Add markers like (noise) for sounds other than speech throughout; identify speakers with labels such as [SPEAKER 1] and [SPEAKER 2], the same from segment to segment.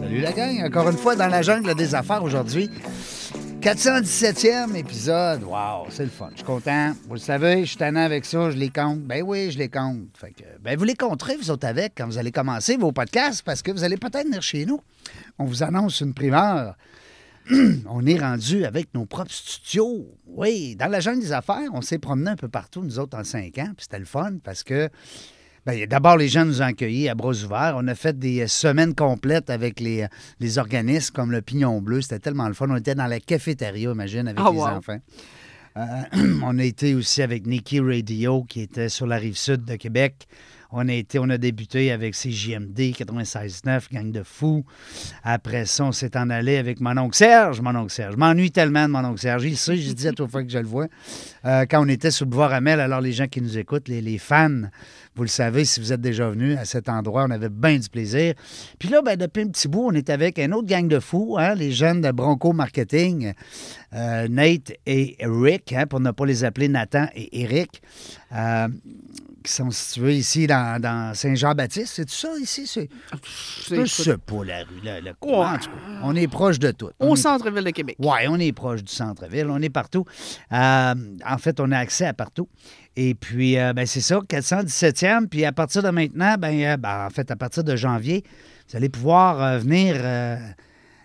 [SPEAKER 1] Salut la gang, encore une fois dans la jungle des affaires aujourd'hui. 417e épisode. Wow, c'est le fun. Je suis content. Vous le savez, je suis tannant avec ça. Je les compte. Ben oui, je les compte. Fait que, ben vous les compterez, vous autres, avec quand vous allez commencer vos podcasts parce que vous allez peut-être venir chez nous. On vous annonce une primeur. (clears throat) on est rendu avec nos propres studios. Oui, dans la jungle des affaires, on s'est promené un peu partout, nous autres, en cinq ans. Puis c'était le fun parce que ben, D'abord, les gens nous ont accueillis à bras ouverts. On a fait des euh, semaines complètes avec les, euh, les organismes comme le Pignon Bleu. C'était tellement le fun. On était dans la cafétéria, imagine, avec
[SPEAKER 2] Ah,
[SPEAKER 1] les
[SPEAKER 2] wow.
[SPEAKER 1] enfants. Euh, (clears throat) on a été aussi avec Nikki Radio, qui était sur la rive sud de Québec. On a, été, on a débuté avec CJMD 96.9, Gang de fous. Après ça, on s'est en allé avec mon oncle Serge. Mon oncle Serge. Je m'ennuie tellement de mon oncle Serge. Il sait, je dis à toute fois que je le vois. Euh, quand on était sur le boulevard Amel, alors les gens qui nous écoutent, les, les fans, vous le savez, si vous êtes déjà venu à cet endroit, on avait bien du plaisir. Puis là, ben, depuis un petit bout, on est avec un autre gang de fous, hein, les jeunes de Bronco Marketing, euh, Nate et Rick, hein, pour ne pas les appeler Nathan et Eric, euh, qui sont situés ici dans, dans Saint-Jean-Baptiste. C'est ça ici? C'est je
[SPEAKER 2] C'est-
[SPEAKER 1] sais pas la rue, là, le coin, en tout cas. On est proche de tout. On
[SPEAKER 2] Au
[SPEAKER 1] est-
[SPEAKER 2] centre-ville de Québec.
[SPEAKER 1] oui, on est proche du centre-ville, on est partout. Euh, en fait, on a accès à partout. Et puis, euh, ben, c'est ça, 417e. Puis à partir de maintenant, ben, euh, ben, en fait, à partir de janvier, vous allez pouvoir euh, venir euh,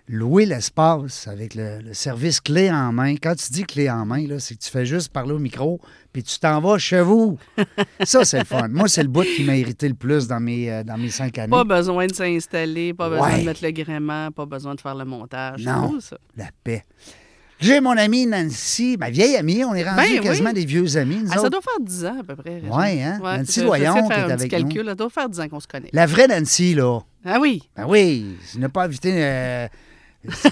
[SPEAKER 1] louer l'espace avec le, le service clé en main. Quand tu dis clé en main, là, c'est que tu fais juste parler au micro, puis tu t'en vas chez vous. ça, c'est le fun. Moi, c'est le bout qui m'a irrité le plus dans mes, euh, dans mes cinq années.
[SPEAKER 2] Pas besoin de s'installer, pas besoin
[SPEAKER 1] Ouais.
[SPEAKER 2] de mettre le gréement, pas besoin de faire le montage.
[SPEAKER 1] Non.
[SPEAKER 2] C'est cool, ça.
[SPEAKER 1] La paix. J'ai mon amie Nancy, ma vieille amie, on est rendu
[SPEAKER 2] Ben oui.
[SPEAKER 1] quasiment des vieux amis. nous
[SPEAKER 2] Ah, ça
[SPEAKER 1] autres.
[SPEAKER 2] doit faire 10 ans à peu près. Régent.
[SPEAKER 1] Ouais, hein? Nancy
[SPEAKER 2] je- j'essaie
[SPEAKER 1] Doyon
[SPEAKER 2] de
[SPEAKER 1] qui
[SPEAKER 2] faire
[SPEAKER 1] est
[SPEAKER 2] un petit
[SPEAKER 1] avec
[SPEAKER 2] calcul,
[SPEAKER 1] nous.
[SPEAKER 2] là, doit faire 10 ans qu'on se connaît.
[SPEAKER 1] La vraie Nancy, là.
[SPEAKER 2] Ah oui.
[SPEAKER 1] Ben oui, je n'ai pas invité. euh, c'est-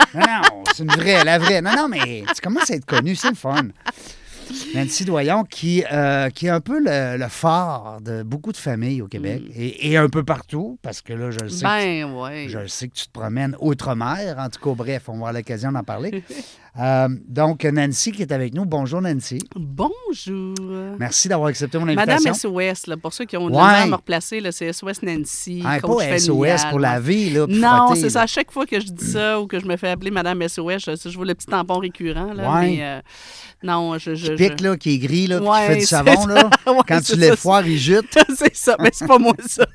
[SPEAKER 1] (laughs) non, non, c'est une vraie, la vraie. Non, non, mais tu commences à être connu, c'est le fun. Nancy Doyon, qui, euh, qui est un peu le, le phare de beaucoup de familles au Québec et, et un peu partout, parce que là, je le sais. que tu-
[SPEAKER 2] Mm. Ben ouais.
[SPEAKER 1] je le sais que tu te promènes outre-mer. En tout cas, bref, on va avoir l'occasion d'en
[SPEAKER 2] (laughs)
[SPEAKER 1] parler. Euh, donc, Nancy qui est avec nous. Bonjour, Nancy.
[SPEAKER 2] Bonjour.
[SPEAKER 1] Merci d'avoir accepté mon invitation.
[SPEAKER 2] Madame SOS, là, pour ceux qui ont de
[SPEAKER 1] Ouais.
[SPEAKER 2] la misère à me replacer, là, c'est SOS Nancy.
[SPEAKER 1] Hein,
[SPEAKER 2] coach
[SPEAKER 1] pas
[SPEAKER 2] familial.
[SPEAKER 1] SOS pour la vie, là. puis
[SPEAKER 2] Non,
[SPEAKER 1] frotter,
[SPEAKER 2] c'est ça.
[SPEAKER 1] là.
[SPEAKER 2] À chaque fois que je dis ça ou que je me fais appeler Madame SOS, je, je vois le petit tampon récurrent. Là,
[SPEAKER 1] Ouais.
[SPEAKER 2] mais, euh, non, je. je,
[SPEAKER 1] Qui
[SPEAKER 2] je-
[SPEAKER 1] pique, là, qui est gris, là, puis qui
[SPEAKER 2] Ouais,
[SPEAKER 1] fait du
[SPEAKER 2] c'est
[SPEAKER 1] savon,
[SPEAKER 2] ça.
[SPEAKER 1] là.
[SPEAKER 2] (laughs) Ouais,
[SPEAKER 1] Quand
[SPEAKER 2] c'est
[SPEAKER 1] tu les
[SPEAKER 2] ça.
[SPEAKER 1] foires, il jute.
[SPEAKER 2] (laughs) c'est ça, mais c'est pas moi ça.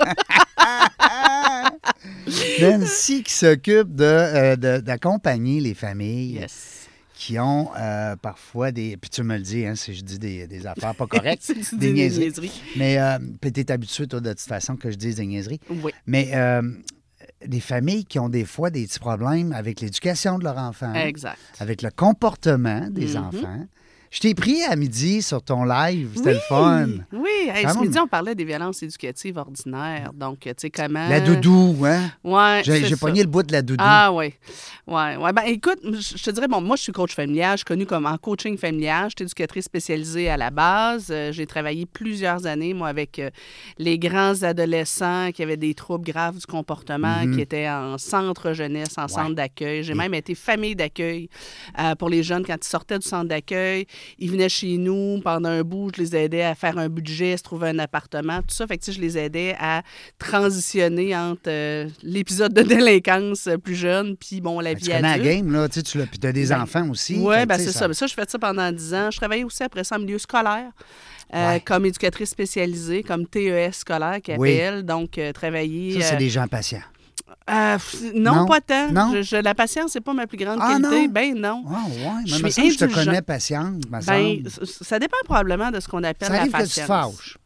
[SPEAKER 1] Nancy qui s'occupe de, euh, de- d'accompagner les familles
[SPEAKER 2] Yes.
[SPEAKER 1] qui ont euh, parfois des... Puis tu me le dis, hein, si je dis des, des affaires
[SPEAKER 2] (laughs)
[SPEAKER 1] pas correctes,
[SPEAKER 2] C'est
[SPEAKER 1] des niaiseries.
[SPEAKER 2] niaiseries.
[SPEAKER 1] Mais euh, puis t'es habitué, toi, de toute façon, que je dise des niaiseries.
[SPEAKER 2] Oui.
[SPEAKER 1] Mais euh, des familles qui ont des fois des petits problèmes avec l'éducation de leur enfant,
[SPEAKER 2] Exact.
[SPEAKER 1] avec le comportement
[SPEAKER 2] Mm-hmm.
[SPEAKER 1] des enfants. Je t'ai pris à midi sur ton live, c'était le fun.
[SPEAKER 2] Oui, hey,
[SPEAKER 1] Quand
[SPEAKER 2] ce
[SPEAKER 1] même.
[SPEAKER 2] midi, on parlait des violences éducatives ordinaires. Donc, tu sais, comment.
[SPEAKER 1] La doudou, hein?
[SPEAKER 2] Euh, Ouais.
[SPEAKER 1] J'ai
[SPEAKER 2] c'est
[SPEAKER 1] j'ai
[SPEAKER 2] ça.
[SPEAKER 1] pogné le bout de la doudou.
[SPEAKER 2] Ah oui. Ouais, ouais. Ben, écoute, je je te dirais, bon, moi, je suis coach familial. Je suis connue comme en coaching familial. Je suis éducatrice spécialisée à la base. Euh, J'ai travaillé plusieurs années, moi, avec euh, les grands adolescents qui avaient des troubles graves du comportement,
[SPEAKER 1] Mm-hmm.
[SPEAKER 2] qui étaient en centre jeunesse, en centre d'accueil.
[SPEAKER 1] Mm.
[SPEAKER 2] J'ai même été famille d'accueil euh, pour les jeunes quand ils sortaient du centre d'accueil. Ils venaient chez nous pendant un bout. Je les aidais à faire un budget, se trouver un appartement, tout ça. Fait que, tu sais, je les aidais à transitionner entre euh, l'épisode de délinquance euh, plus jeune, puis bon, la
[SPEAKER 1] Ben, tu
[SPEAKER 2] vie
[SPEAKER 1] connais la
[SPEAKER 2] adulte.
[SPEAKER 1] game, là, tu sais, tu l'as- puis t'as des enfants aussi.
[SPEAKER 2] Oui,
[SPEAKER 1] fait que,
[SPEAKER 2] ben
[SPEAKER 1] tu sais,
[SPEAKER 2] c'est ça. Ben, Ça, je fais ça pendant 10 ans. Je travaillais aussi après ça en milieu scolaire, euh,
[SPEAKER 1] Ouais.
[SPEAKER 2] comme éducatrice spécialisée, comme TES scolaire qui
[SPEAKER 1] Oui.
[SPEAKER 2] appelle. Donc, euh, travailler.
[SPEAKER 1] Ça, c'est
[SPEAKER 2] euh,
[SPEAKER 1] des gens patients.
[SPEAKER 2] euh, pff, non,
[SPEAKER 1] Non.
[SPEAKER 2] pas tant.
[SPEAKER 1] Non.
[SPEAKER 2] Je- je- la patience, c'est pas ma plus grande
[SPEAKER 1] Ah,
[SPEAKER 2] qualité.
[SPEAKER 1] non?
[SPEAKER 2] Ben non.
[SPEAKER 1] Ah, ouais, mais
[SPEAKER 2] Je
[SPEAKER 1] me
[SPEAKER 2] suis
[SPEAKER 1] semble que je te
[SPEAKER 2] indulgente.
[SPEAKER 1] connais patiente, me
[SPEAKER 2] Ben,
[SPEAKER 1] semble.
[SPEAKER 2] c- ça dépend probablement de ce qu'on appelle
[SPEAKER 1] Ça
[SPEAKER 2] la
[SPEAKER 1] arrive que tu
[SPEAKER 2] patience.
[SPEAKER 1] te fâches.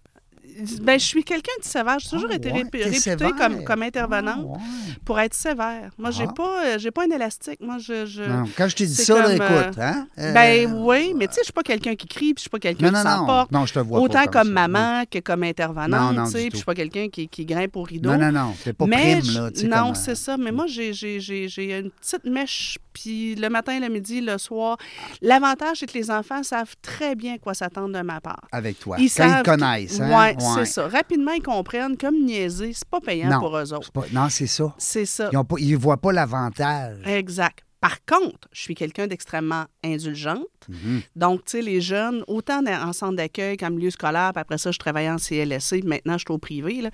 [SPEAKER 2] ben, je suis quelqu'un de sévère. J'ai toujours
[SPEAKER 1] Ah,
[SPEAKER 2] été
[SPEAKER 1] ouais,
[SPEAKER 2] répu-
[SPEAKER 1] t'es
[SPEAKER 2] réputée
[SPEAKER 1] sévère.
[SPEAKER 2] comme, comme intervenante
[SPEAKER 1] Ah, ouais.
[SPEAKER 2] pour être sévère. Moi, j'ai
[SPEAKER 1] Ah.
[SPEAKER 2] pas, euh, j'ai pas un élastique. Moi, je. je-
[SPEAKER 1] Non, Quand je t'ai dit
[SPEAKER 2] Euh, c'est
[SPEAKER 1] ça, là,
[SPEAKER 2] comme, euh,
[SPEAKER 1] écoute, hein? euh,
[SPEAKER 2] Ben oui, mais tu sais, je suis pas quelqu'un qui crie, puis je suis pas quelqu'un
[SPEAKER 1] non,
[SPEAKER 2] qui
[SPEAKER 1] non, non.
[SPEAKER 2] s'emporte.
[SPEAKER 1] Non, je te vois pas
[SPEAKER 2] Autant comme,
[SPEAKER 1] ça, non.
[SPEAKER 2] maman que comme intervenante,
[SPEAKER 1] Non, non,
[SPEAKER 2] tu sais,
[SPEAKER 1] du
[SPEAKER 2] puis je suis pas quelqu'un qui, qui grimpe au rideau.
[SPEAKER 1] Non, non, non, t'es pas
[SPEAKER 2] mais
[SPEAKER 1] prime,
[SPEAKER 2] je-
[SPEAKER 1] là. tu sais,
[SPEAKER 2] non,
[SPEAKER 1] comme, euh,
[SPEAKER 2] c'est ça. Mais moi, j'ai- j'ai j'ai- j'ai une petite mèche, puis le matin, le midi, le soir. L'avantage, c'est que les enfants savent très bien quoi s'attendre de ma part.
[SPEAKER 1] Avec toi.
[SPEAKER 2] Ils
[SPEAKER 1] Quand
[SPEAKER 2] savent
[SPEAKER 1] ils connaissent, hein?
[SPEAKER 2] Ouais,
[SPEAKER 1] ouais.
[SPEAKER 2] c'est ça. Rapidement, ils comprennent. Comme niaiser, c'est pas payant
[SPEAKER 1] Non,
[SPEAKER 2] pour eux autres.
[SPEAKER 1] c'est pas- Non, c'est ça.
[SPEAKER 2] C'est ça.
[SPEAKER 1] Ils ont pas- Ils ne voient pas l'avantage.
[SPEAKER 2] Exact. Par contre, je suis quelqu'un d'extrêmement indulgente.
[SPEAKER 1] Mhm.
[SPEAKER 2] Donc, tu sais, les jeunes, autant dans- en centre d'accueil qu'en milieu scolaire, puis après ça, je travaillais en CLSC, puis maintenant, je suis au privé. là.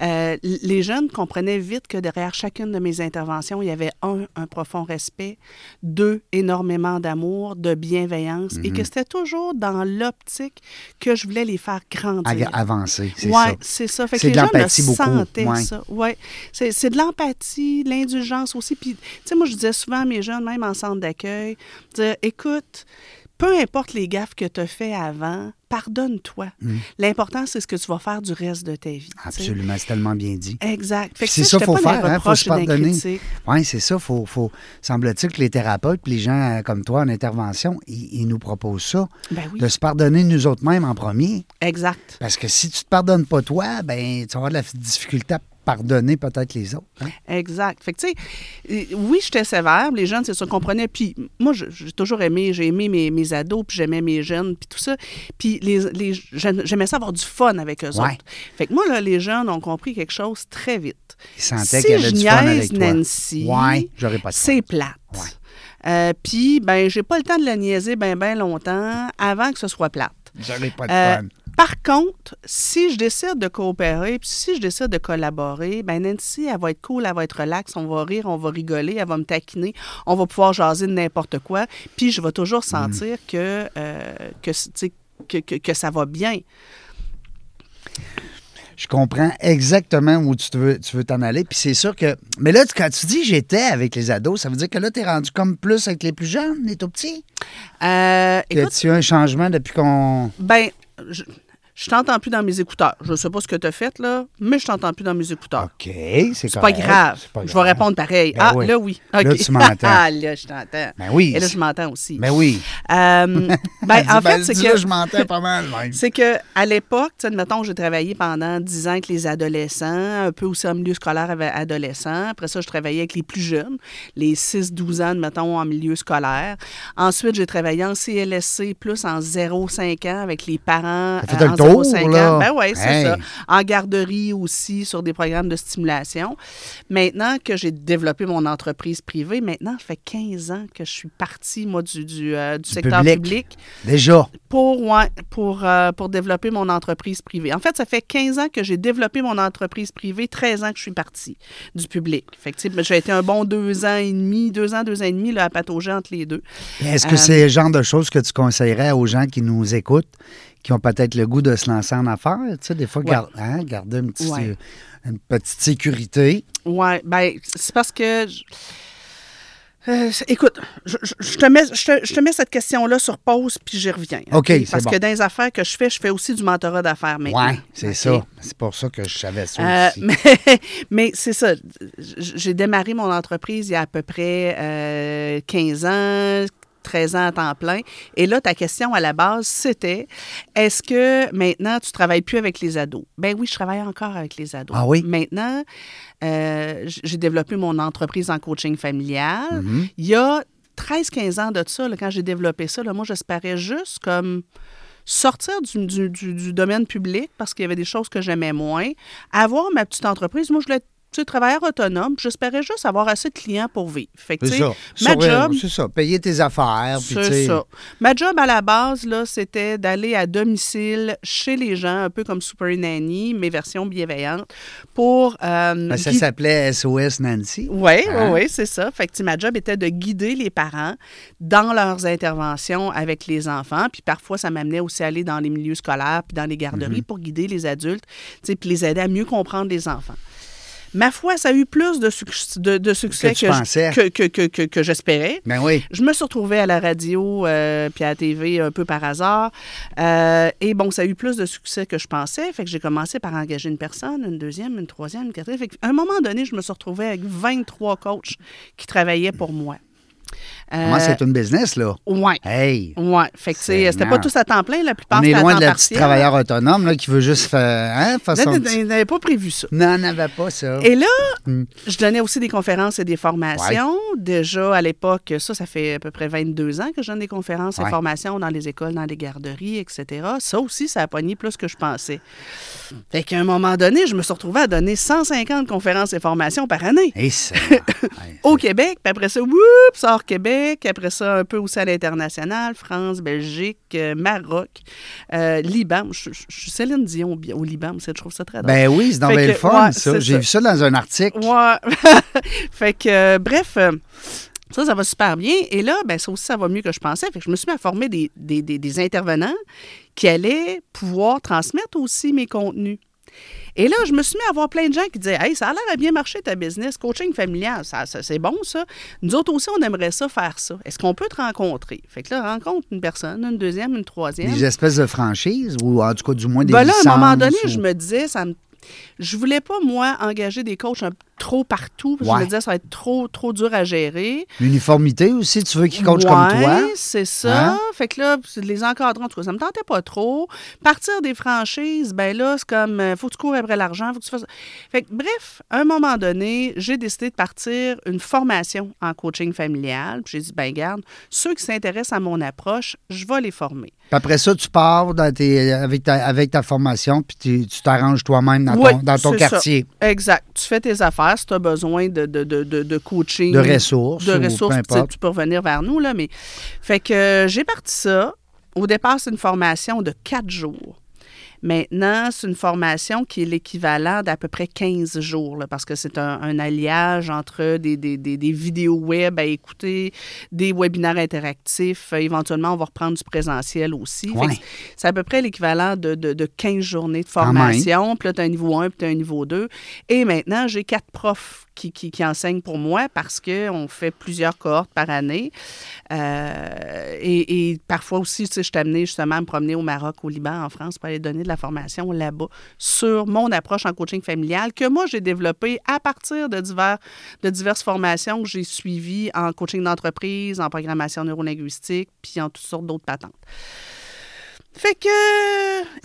[SPEAKER 2] Euh, l- les jeunes comprenaient vite que derrière chacune de mes interventions, il y avait un, un profond respect, deux, énormément d'amour, de bienveillance, et
[SPEAKER 1] Mm-hmm.
[SPEAKER 2] que c'était toujours dans l'optique que je voulais les faire grandir.
[SPEAKER 1] Aga- Avancer, c'est
[SPEAKER 2] Oui,
[SPEAKER 1] ça.
[SPEAKER 2] c'est ça. Fait que
[SPEAKER 1] C'est
[SPEAKER 2] les
[SPEAKER 1] de
[SPEAKER 2] gens
[SPEAKER 1] l'empathie
[SPEAKER 2] le
[SPEAKER 1] beaucoup,
[SPEAKER 2] sentaient,
[SPEAKER 1] ouais.
[SPEAKER 2] ça. Ouais. C'est, c'est de l'empathie, de l'indulgence aussi. Puis, tu sais, moi, je disais souvent à mes jeunes, même en centre d'accueil, dire, écoute, peu importe les gaffes que tu as fait avant, pardonne-toi.
[SPEAKER 1] Mmh.
[SPEAKER 2] L'important, c'est ce que tu vas faire du reste de ta vie. tu sais.
[SPEAKER 1] Absolument, c'est tellement bien dit.
[SPEAKER 2] Exact.
[SPEAKER 1] Puis
[SPEAKER 2] Fait que
[SPEAKER 1] C'est
[SPEAKER 2] tu sais,
[SPEAKER 1] ça
[SPEAKER 2] j'étais
[SPEAKER 1] qu'il faut
[SPEAKER 2] pas dans
[SPEAKER 1] faire,
[SPEAKER 2] le
[SPEAKER 1] hein, faut
[SPEAKER 2] reproche
[SPEAKER 1] se
[SPEAKER 2] ou dans la
[SPEAKER 1] pardonner.
[SPEAKER 2] critique.
[SPEAKER 1] Oui, c'est ça, faut, faut... semble-t-il que les thérapeutes, puis les gens euh, comme toi en intervention, ils, ils nous proposent ça,
[SPEAKER 2] Ben oui,
[SPEAKER 1] de se pardonner nous autres mêmes en premier.
[SPEAKER 2] exact.
[SPEAKER 1] Parce que si tu te pardonnes pas toi, ben tu vas avoir de la difficulté à pardonner peut-être les autres. hein.
[SPEAKER 2] Exact. Fait que, tu sais, euh, oui, j'étais sévère, les jeunes, c'est ça, comprenaient. Puis, moi, je- j'ai toujours aimé, j'ai aimé mes, mes ados, puis j'aimais mes jeunes, puis tout ça. Puis, les, les- j'aim- j'aimais ça avoir du fun avec eux
[SPEAKER 1] Ouais.
[SPEAKER 2] autres. Fait que moi, là, les jeunes ont compris quelque chose très vite.
[SPEAKER 1] Ils sentaient
[SPEAKER 2] Si
[SPEAKER 1] qu'il y avait
[SPEAKER 2] je
[SPEAKER 1] du fun avec
[SPEAKER 2] niaise
[SPEAKER 1] toi.
[SPEAKER 2] Nancy,
[SPEAKER 1] ouais, j'aurais pas de
[SPEAKER 2] C'est
[SPEAKER 1] fun.
[SPEAKER 2] plate. Euh, puis, ben, j'ai pas le temps de la niaiser ben, ben longtemps avant que ce soit plate.
[SPEAKER 1] J'aurais pas de
[SPEAKER 2] Euh,
[SPEAKER 1] fun.
[SPEAKER 2] par contre, si je décide de coopérer, puis si je décide de collaborer, ben Nancy, elle va être cool, elle va être relaxe, on va rire, on va rigoler, elle va me taquiner, on va pouvoir jaser de n'importe quoi, puis je vais toujours
[SPEAKER 1] Hmm.
[SPEAKER 2] sentir que, euh, que, c- tu sais, que, que, que ça va bien.
[SPEAKER 1] Je comprends exactement où tu te veux tu veux t'en aller. Puis c'est sûr que. Mais là, tu- quand tu dis j'étais avec les ados, ça veut dire que là, tu es rendu comme plus avec les plus jeunes, les tout petits.
[SPEAKER 2] Euh,
[SPEAKER 1] Y
[SPEAKER 2] écoute,
[SPEAKER 1] a-tu eu un changement depuis qu'on.
[SPEAKER 2] ben, je, je t'entends plus dans mes écouteurs. Je sais pas ce que tu as fait, là, mais je t'entends plus dans mes écouteurs.
[SPEAKER 1] OK, Ah, c'est
[SPEAKER 2] C'est pas
[SPEAKER 1] correct,
[SPEAKER 2] grave.
[SPEAKER 1] c'est pas
[SPEAKER 2] Je vais
[SPEAKER 1] grave.
[SPEAKER 2] répondre pareil.
[SPEAKER 1] Ben
[SPEAKER 2] ah,
[SPEAKER 1] oui.
[SPEAKER 2] là, oui.
[SPEAKER 1] Là,
[SPEAKER 2] OK.
[SPEAKER 1] tu m'entends.
[SPEAKER 2] (laughs) ah, là, je t'entends.
[SPEAKER 1] Ben oui.
[SPEAKER 2] Et là, je m'entends aussi.
[SPEAKER 1] Ben oui. (laughs)
[SPEAKER 2] Euh, (laughs) ben, en fait, c'est
[SPEAKER 1] Dis-le,
[SPEAKER 2] que.
[SPEAKER 1] je mentais pas mal, même.
[SPEAKER 2] (laughs) C'est que à l'époque, tu sais, admettons, j'ai travaillé pendant 10 ans avec les adolescents, un peu aussi en milieu scolaire avec adolescents. Après ça, je travaillais avec les plus jeunes, les 6-12 ans, mettons, en milieu scolaire. Ensuite, j'ai travaillé en CLSC, plus en 0-5 ans avec les parents.
[SPEAKER 1] Ça fait
[SPEAKER 2] euh,
[SPEAKER 1] un
[SPEAKER 2] en
[SPEAKER 1] tour,
[SPEAKER 2] 0-5
[SPEAKER 1] là.
[SPEAKER 2] ans. Ben oui, c'est
[SPEAKER 1] Hey.
[SPEAKER 2] ça. En garderie aussi, sur des programmes de stimulation. Maintenant que j'ai développé mon entreprise privée, maintenant, ça fait 15 ans que je suis partie, moi, du, du, euh, du secteur
[SPEAKER 1] public.
[SPEAKER 2] public
[SPEAKER 1] Déjà.
[SPEAKER 2] pour, ouais, pour, euh, pour développer mon entreprise privée. En fait, ça fait 15 ans que j'ai développé mon entreprise privée, 13 ans que je suis partie du public. Fait que, tu sais, j'ai été un bon deux ans et demi, deux ans, deux ans et demi là, à patauger entre les deux.
[SPEAKER 1] Est-ce que
[SPEAKER 2] Euh,
[SPEAKER 1] c'est le genre de choses que tu conseillerais aux gens qui nous écoutent, qui ont peut-être le goût de se lancer en affaires? Tu sais, des fois,
[SPEAKER 2] Ouais.
[SPEAKER 1] gar- hein, garder une petite,
[SPEAKER 2] Ouais.
[SPEAKER 1] une petite sécurité.
[SPEAKER 2] Ouais, ben c'est parce que. je- Euh, c'est- écoute, je, je- je te mets, je, te, je te mets cette question-là sur pause, puis j'y reviens.
[SPEAKER 1] OK, c'est
[SPEAKER 2] Parce
[SPEAKER 1] bon.
[SPEAKER 2] que dans les affaires que je fais, je fais aussi du mentorat d'affaires maintenant.
[SPEAKER 1] Ouais, c'est
[SPEAKER 2] OK?
[SPEAKER 1] ça. C'est pour ça que je savais ça
[SPEAKER 2] Euh,
[SPEAKER 1] aussi.
[SPEAKER 2] mais (laughs) mais c'est ça. J- J'ai démarré mon entreprise il y a à peu près euh, 15 ans. 13 ans à temps plein. Et là, ta question à la base, c'était est-ce que maintenant tu travailles plus avec les ados? Ben oui, je travaille encore avec les ados.
[SPEAKER 1] Ah oui?
[SPEAKER 2] Maintenant, euh, j- j'ai développé mon entreprise en coaching familial.
[SPEAKER 1] Mm-hmm.
[SPEAKER 2] Il y a 13-15 ans de ça, là, quand j'ai développé ça, là, moi, j'espérais juste comme sortir du, du- du- du domaine public parce qu'il y avait des choses que j'aimais moins, avoir ma petite entreprise. Moi, je voulais tu sais, travailleur autonome, puis j'espérais juste avoir assez de clients pour vivre. Fait que, tu
[SPEAKER 1] C'est
[SPEAKER 2] sais,
[SPEAKER 1] ça.
[SPEAKER 2] ma
[SPEAKER 1] Sur-
[SPEAKER 2] job,
[SPEAKER 1] C'est ça. Payer tes affaires. puis tu
[SPEAKER 2] c'est
[SPEAKER 1] sais-
[SPEAKER 2] ça. Ma job à la base, là, c'était d'aller à domicile chez les gens, un peu comme Super Nanny, mais version bienveillante, pour euh,
[SPEAKER 1] Ben, ça
[SPEAKER 2] guider-
[SPEAKER 1] s'appelait SOS Nancy.
[SPEAKER 2] oui, oui,
[SPEAKER 1] Hein?
[SPEAKER 2] oui, c'est ça. Fait que, tu sais, ma job était de guider les parents dans leurs interventions avec les enfants. Puis parfois, ça m'amenait aussi à aller dans les
[SPEAKER 1] Mm-hmm.
[SPEAKER 2] milieux scolaires puis dans les garderies pour guider les adultes, tu sais, puis les aider à mieux comprendre les enfants. Ma foi, ça a eu plus de, succ- de, de succès
[SPEAKER 1] Que tu
[SPEAKER 2] que, je-
[SPEAKER 1] pensais.
[SPEAKER 2] que, que- que- que- que j'espérais.
[SPEAKER 1] Ben oui.
[SPEAKER 2] Je me suis retrouvée à la radio euh, puis à la TV un peu par hasard. Euh, et bon, ça a eu plus de succès que je pensais. Fait que j'ai commencé par engager une personne, une deuxième, une troisième, une quatrième. Fait qu'à un moment donné, je me suis retrouvée avec 23 coachs qui travaillaient pour moi. Euh,
[SPEAKER 1] Comment c'est une business, là?
[SPEAKER 2] Ouais.
[SPEAKER 1] Hey!
[SPEAKER 2] Ouais. Fait que, tu sais,
[SPEAKER 1] Seigneur.
[SPEAKER 2] c'était pas tous à temps plein, la plupart
[SPEAKER 1] On est
[SPEAKER 2] c'était à
[SPEAKER 1] loin
[SPEAKER 2] temps
[SPEAKER 1] de la petite
[SPEAKER 2] partiel. hein.
[SPEAKER 1] travailleur autonome là, qui veut juste faire, hein, faire
[SPEAKER 2] Là,
[SPEAKER 1] son petit-
[SPEAKER 2] Ils n'avaient pas prévu ça.
[SPEAKER 1] Non, on n'avait pas ça.
[SPEAKER 2] ben. Et là,
[SPEAKER 1] Mm.
[SPEAKER 2] je donnais aussi des conférences et des formations. Déjà à l'époque, ça, ça fait à peu près 22 ans que je donne des conférences
[SPEAKER 1] Ouais.
[SPEAKER 2] et formations dans les écoles, dans les garderies, etc. Ça aussi, ça a pogné plus que je pensais. Fait qu'à un moment donné, je me suis retrouvée à donner 150 conférences et formations par année.
[SPEAKER 1] Et
[SPEAKER 2] (laughs)
[SPEAKER 1] ça. Ouais.
[SPEAKER 2] Au Québec, puis après ça, whoop, ça hors Québec, après ça, un peu aussi à l'international, France, Belgique, euh, Maroc, euh, Liban. Je, je- je suis Céline Dion au Bi- au Liban, c'est- je trouve ça très drôle.
[SPEAKER 1] Ben oui, c'est dans
[SPEAKER 2] Fait
[SPEAKER 1] belle
[SPEAKER 2] que,
[SPEAKER 1] fun,
[SPEAKER 2] ouais,
[SPEAKER 1] ça.
[SPEAKER 2] c'est
[SPEAKER 1] J'ai
[SPEAKER 2] ça.
[SPEAKER 1] vu ça dans un article.
[SPEAKER 2] Ouais. (laughs) fait que, euh, bref, euh, ça, ça va super bien. Et là, ben, ça aussi, ça va mieux que je pensais. Fait que je me suis mis à former des, des- des- des intervenants qui allaient pouvoir transmettre aussi mes contenus. Et là, je me suis mis à voir plein de gens qui disaient Hey, ça a l'air à bien marcher ta business, coaching familial, ça, ça- c'est bon ça. Nous autres aussi, on aimerait ça faire ça. Est-ce qu'on peut te rencontrer? Fait que là, rencontre une personne, une deuxième, une troisième.
[SPEAKER 1] Des espèces de franchises, ou en tout cas, du moins des
[SPEAKER 2] Ben là, à un moment
[SPEAKER 1] licences euh.
[SPEAKER 2] donné,
[SPEAKER 1] ou-
[SPEAKER 2] je me disais, ça me... je voulais pas, moi, engager des coachs un- trop partout. Parce que
[SPEAKER 1] Ouais.
[SPEAKER 2] Je me disais, ça va être trop, trop dur à gérer.
[SPEAKER 1] L'uniformité aussi, tu veux qu'ils coachent comme
[SPEAKER 2] Ouais,
[SPEAKER 1] toi?
[SPEAKER 2] c'est ça.
[SPEAKER 1] Hein?
[SPEAKER 2] Fait que là, les encadrants, en tout cas, ça me tentait pas trop. Partir des franchises, ben là, c'est comme, euh, faut que tu cours après l'argent, faut que tu fasses... Fait que, bref, à un moment donné, j'ai décidé de partir une formation en coaching familial. Puis J'ai dit, ben garde, ceux qui s'intéressent à mon approche, je vais les former.
[SPEAKER 1] Puis après ça, tu pars dans tes- avec, ta, avec ta formation, puis tu- tu t'arranges toi-même dans
[SPEAKER 2] Oui,
[SPEAKER 1] ton, dans ton
[SPEAKER 2] c'est
[SPEAKER 1] quartier.
[SPEAKER 2] ça. Exact. Tu fais tes affaires si tu as besoin de, de, de, de, de coaching.
[SPEAKER 1] De ressources
[SPEAKER 2] De
[SPEAKER 1] ou
[SPEAKER 2] ressources,
[SPEAKER 1] peu
[SPEAKER 2] tu sais,
[SPEAKER 1] importe.
[SPEAKER 2] tu peux revenir vers nous. Là, mais... Fait que euh, j'ai parti ça. Au départ, c'est une formation de quatre jours. Maintenant, c'est une formation qui est l'équivalent d'à peu près 15 jours, là, parce que c'est un, un alliage entre des, des, des- des vidéos web à écouter, des webinaires interactifs. Euh, Éventuellement, on va reprendre du présentiel aussi. Fait que
[SPEAKER 1] Ouais.
[SPEAKER 2] c'est- C'est à peu près l'équivalent de, de, de 15 journées de
[SPEAKER 1] Quand même.
[SPEAKER 2] formation. Puis là, tu as un niveau 1, puis tu as un niveau 2. Et maintenant, j'ai quatre profs qui, qui, qui enseignent pour moi parce qu'on fait plusieurs cohortes par année. Euh, et, et parfois aussi, tu sais, je suis amenée justement à me promener au Maroc, au Liban, en France, pour aller donner de la formation là-bas sur mon approche en coaching familial que moi, j'ai développée à partir de, divers, de diverses formations que j'ai suivies en coaching d'entreprise, en programmation neurolinguistique, puis en toutes sortes d'autres patentes. Fait que.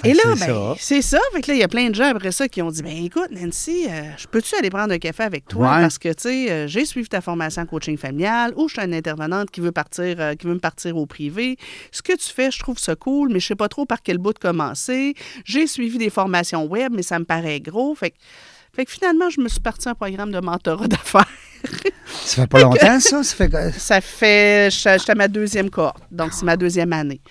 [SPEAKER 1] Fait
[SPEAKER 2] et
[SPEAKER 1] que
[SPEAKER 2] là,
[SPEAKER 1] c'est ça.
[SPEAKER 2] ben, c'est ça. Fait que là, il y a plein de gens après ça qui ont dit ben écoute, Nancy, euh, je peux-tu aller prendre un café avec toi?
[SPEAKER 1] Ouais.
[SPEAKER 2] Parce que, tu sais, euh, j'ai suivi ta formation en coaching familial ou je suis une intervenante qui veut partir, euh, qui veut me partir au privé. Ce que tu fais, je trouve ça cool, mais je sais pas trop par quel bout de commencer. J'ai suivi des formations web, mais ça me paraît gros. Fait que, fait que finalement, je me suis partie un programme de mentorat (laughs) d'affaires.
[SPEAKER 1] Ça fait pas longtemps, ça? Ça fait
[SPEAKER 2] (laughs)
[SPEAKER 1] que-
[SPEAKER 2] Ça fait. je- J'étais à ma deuxième cohorte, donc c'est ma deuxième année.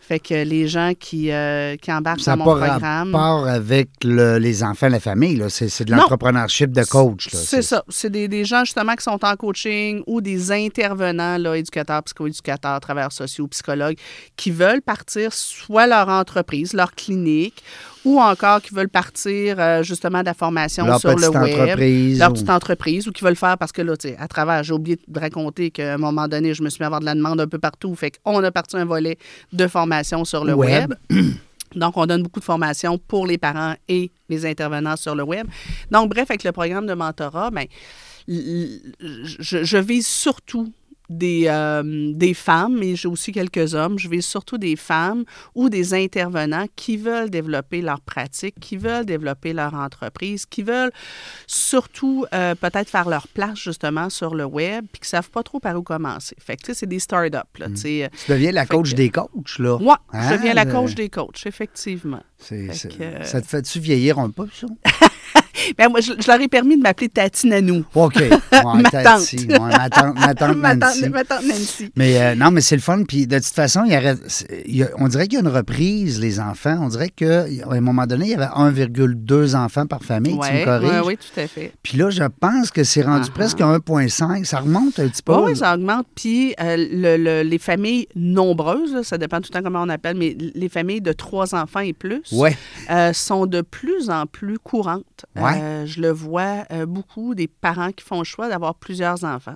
[SPEAKER 2] Fait que les gens qui, euh, qui embarquent
[SPEAKER 1] Ça n'a
[SPEAKER 2] dans mon
[SPEAKER 1] pas
[SPEAKER 2] programme.
[SPEAKER 1] rapport avec le- les enfants, la famille. là. C'est c'est de
[SPEAKER 2] Non.
[SPEAKER 1] l'entrepreneurship de coach. là.
[SPEAKER 2] C'est ça. C'est des, des gens justement qui sont en coaching ou des intervenants, là, éducateurs, psychoéducateurs, travailleurs sociaux, psychologues, qui veulent partir soit leur entreprise, leur clinique, ou encore qui veulent partir euh, justement de la formation
[SPEAKER 1] Leur
[SPEAKER 2] sur le
[SPEAKER 1] petite
[SPEAKER 2] web.
[SPEAKER 1] entreprise
[SPEAKER 2] Leur
[SPEAKER 1] ou-
[SPEAKER 2] petite entreprise ou qui veulent faire parce que là, tu sais, à travers, j'ai oublié de raconter qu'à un moment donné, je me suis mis à avoir de la demande un peu partout. Fait qu'on a parti un volet de formation sur le
[SPEAKER 1] Web.
[SPEAKER 2] web. (clears throat) Donc, on donne beaucoup de formations pour les parents et les intervenants sur le web. Donc, bref, avec le programme de mentorat, ben, l- l- je, je vise surtout des, euh, des femmes, mais j'ai aussi quelques hommes. Je vise surtout des femmes ou des intervenants qui veulent développer leur pratique, qui veulent développer leur entreprise, qui veulent surtout euh, peut-être faire leur place justement sur le web, puis qui ne savent pas trop par où commencer. Fait que, tu sais, c'est des start-up, là, tu sais.
[SPEAKER 1] Tu deviens la
[SPEAKER 2] Fait
[SPEAKER 1] coach
[SPEAKER 2] que-
[SPEAKER 1] des coachs. là.
[SPEAKER 2] Moi,
[SPEAKER 1] Hein,
[SPEAKER 2] je deviens la
[SPEAKER 1] le-
[SPEAKER 2] coach des coachs, effectivement.
[SPEAKER 1] c'est-
[SPEAKER 2] Fait
[SPEAKER 1] c'est-
[SPEAKER 2] que-
[SPEAKER 1] Ça te fait-tu vieillir un peu,
[SPEAKER 2] (laughs)
[SPEAKER 1] ça?
[SPEAKER 2] Ben, moi, je, je leur ai permis de m'appeler Tati Nanou.
[SPEAKER 1] OK. Ouais,
[SPEAKER 2] Ma
[SPEAKER 1] Tati,
[SPEAKER 2] tante.
[SPEAKER 1] ouais, ma tante. ma tante
[SPEAKER 2] (laughs) Ma tante-
[SPEAKER 1] Nancy.
[SPEAKER 2] ma tante Nancy.
[SPEAKER 1] Mais euh, non, mais c'est le fun. Puis de toute façon, il y aurait- c'est- il y a- on dirait qu'il y a une reprise, les enfants. On dirait qu'à un moment donné, il y avait 1,2 enfants par famille. tu me
[SPEAKER 2] Ouais,
[SPEAKER 1] corriges.
[SPEAKER 2] ouais, oui, tout à fait.
[SPEAKER 1] Puis là, je pense que c'est rendu
[SPEAKER 2] Ah,
[SPEAKER 1] presque à 1,5. Ça remonte un petit peu.
[SPEAKER 2] Oui, oui, ça augmente. Puis euh, le- le- les familles nombreuses, là, ça dépend tout le temps comment on appelle, mais les familles de trois enfants et plus
[SPEAKER 1] Ouais.
[SPEAKER 2] euh, sont de plus en plus courantes. Euh,
[SPEAKER 1] Ouais.
[SPEAKER 2] Euh, je le vois euh, beaucoup des parents qui font le choix d'avoir plusieurs enfants.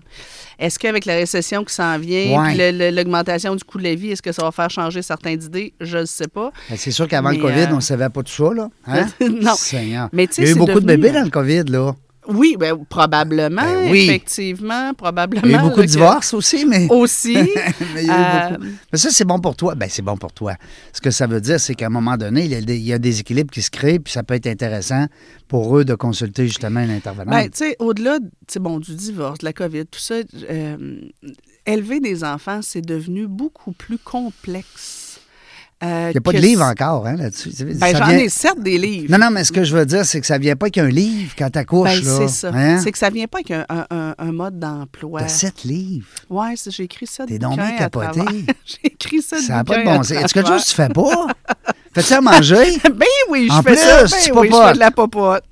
[SPEAKER 2] Est-ce qu'avec la récession qui s'en vient,
[SPEAKER 1] Ouais.
[SPEAKER 2] puis le- le- l'augmentation du coût de la vie, est-ce que ça va faire changer certaines idées? Je ne sais pas.
[SPEAKER 1] Ben, c'est sûr qu'avant le
[SPEAKER 2] Mais,
[SPEAKER 1] COVID,
[SPEAKER 2] euh,
[SPEAKER 1] on ne savait pas tout ça, là. Hein?
[SPEAKER 2] (laughs) Non.
[SPEAKER 1] Seigneur.
[SPEAKER 2] Mais tu sais,
[SPEAKER 1] Il y a eu
[SPEAKER 2] c'est
[SPEAKER 1] beaucoup de
[SPEAKER 2] devenu,
[SPEAKER 1] bébés
[SPEAKER 2] euh,
[SPEAKER 1] dans le COVID, là.
[SPEAKER 2] Oui, ben, probablement,
[SPEAKER 1] Ben oui.
[SPEAKER 2] effectivement, probablement.
[SPEAKER 1] Il y a eu beaucoup
[SPEAKER 2] là,
[SPEAKER 1] de
[SPEAKER 2] que-
[SPEAKER 1] divorces aussi, mais.
[SPEAKER 2] Aussi.
[SPEAKER 1] (laughs) Mais il y a eu
[SPEAKER 2] Euh,
[SPEAKER 1] beaucoup. Mais ça, c'est bon pour toi. Ben, c'est bon pour toi. Ce que ça veut dire, c'est qu'à un moment donné, il y, a des, il y a des équilibres qui se créent, puis ça peut être intéressant pour eux de consulter justement un intervenant.
[SPEAKER 2] Ben, tu sais, au-delà tu sais, bon, du divorce, de la COVID, tout ça, euh, élever des enfants, c'est devenu beaucoup plus complexe. euh,
[SPEAKER 1] il n'y a pas de livre encore hein, là-dessus.
[SPEAKER 2] Ben,
[SPEAKER 1] Ça
[SPEAKER 2] j'en
[SPEAKER 1] vient-
[SPEAKER 2] ai certes des livres.
[SPEAKER 1] Non, non, mais ce que je veux dire, c'est que ça vient pas qu'un livre quand t'accouches.
[SPEAKER 2] Ben,
[SPEAKER 1] là.
[SPEAKER 2] c'est ça.
[SPEAKER 1] Hein?
[SPEAKER 2] C'est que ça vient pas avec un, un- un- un mode d'emploi.
[SPEAKER 1] T'as sept livres.
[SPEAKER 2] Ouais, c'est- j'ai écrit ça. de
[SPEAKER 1] T'es donc
[SPEAKER 2] bouquin
[SPEAKER 1] bien
[SPEAKER 2] à travers. (laughs)
[SPEAKER 1] capoté.
[SPEAKER 2] j'ai écrit ça.
[SPEAKER 1] Ça n'a pas de
[SPEAKER 2] bouquin à
[SPEAKER 1] bon sens. Est-ce que quelque
[SPEAKER 2] travers.
[SPEAKER 1] chose que tu fais pas? Fais-tu à manger?
[SPEAKER 2] (laughs) Ben oui, je
[SPEAKER 1] En
[SPEAKER 2] fais
[SPEAKER 1] plus,
[SPEAKER 2] ça.
[SPEAKER 1] tu
[SPEAKER 2] Ben oui, je
[SPEAKER 1] popotes.
[SPEAKER 2] fais de la popote.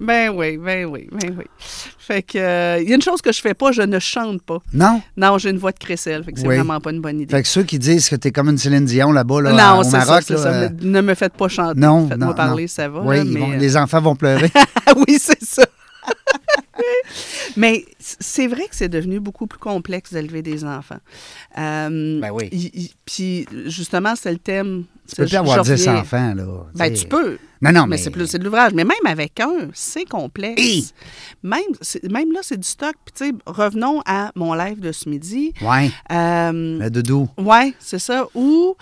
[SPEAKER 2] Ben oui, ben oui, ben oui. Fait que euh, il y a une chose que je fais pas, je ne chante pas.
[SPEAKER 1] Non?
[SPEAKER 2] Non, j'ai une voix de crécelle, fait que c'est
[SPEAKER 1] Oui.
[SPEAKER 2] vraiment pas une bonne idée.
[SPEAKER 1] Fait que ceux qui disent que t'es comme une Céline Dion là-bas, là,
[SPEAKER 2] non,
[SPEAKER 1] au
[SPEAKER 2] c'est ça,
[SPEAKER 1] Maroc,
[SPEAKER 2] c'est
[SPEAKER 1] là,
[SPEAKER 2] ça.
[SPEAKER 1] euh,
[SPEAKER 2] Ne me faites pas chanter.
[SPEAKER 1] non,
[SPEAKER 2] Faites-moi
[SPEAKER 1] non,
[SPEAKER 2] parler,
[SPEAKER 1] non.
[SPEAKER 2] ça va.
[SPEAKER 1] Oui,
[SPEAKER 2] là,
[SPEAKER 1] ils
[SPEAKER 2] mais, (laughs)
[SPEAKER 1] vont-
[SPEAKER 2] euh,
[SPEAKER 1] les enfants vont pleurer.
[SPEAKER 2] Ah oui, c'est ça. (laughs) Mais c- c'est vrai que c'est devenu beaucoup plus complexe d'élever des enfants. Euh,
[SPEAKER 1] Ben oui.
[SPEAKER 2] y- y- Puis justement, c'est le thème.
[SPEAKER 1] Tu peux plus avoir 10 enfants, là.
[SPEAKER 2] Ben,
[SPEAKER 1] sais.
[SPEAKER 2] tu peux.
[SPEAKER 1] Non, non,
[SPEAKER 2] mais
[SPEAKER 1] mais.
[SPEAKER 2] c'est plus c'est de l'ouvrage. Mais même avec un, c'est complexe.
[SPEAKER 1] Hi!
[SPEAKER 2] Même, c'est- même là, c'est du stock. Puis tu sais, revenons à mon live de ce midi.
[SPEAKER 1] Ouais,
[SPEAKER 2] Euh,
[SPEAKER 1] le doudou.
[SPEAKER 2] oui, c'est ça. Ou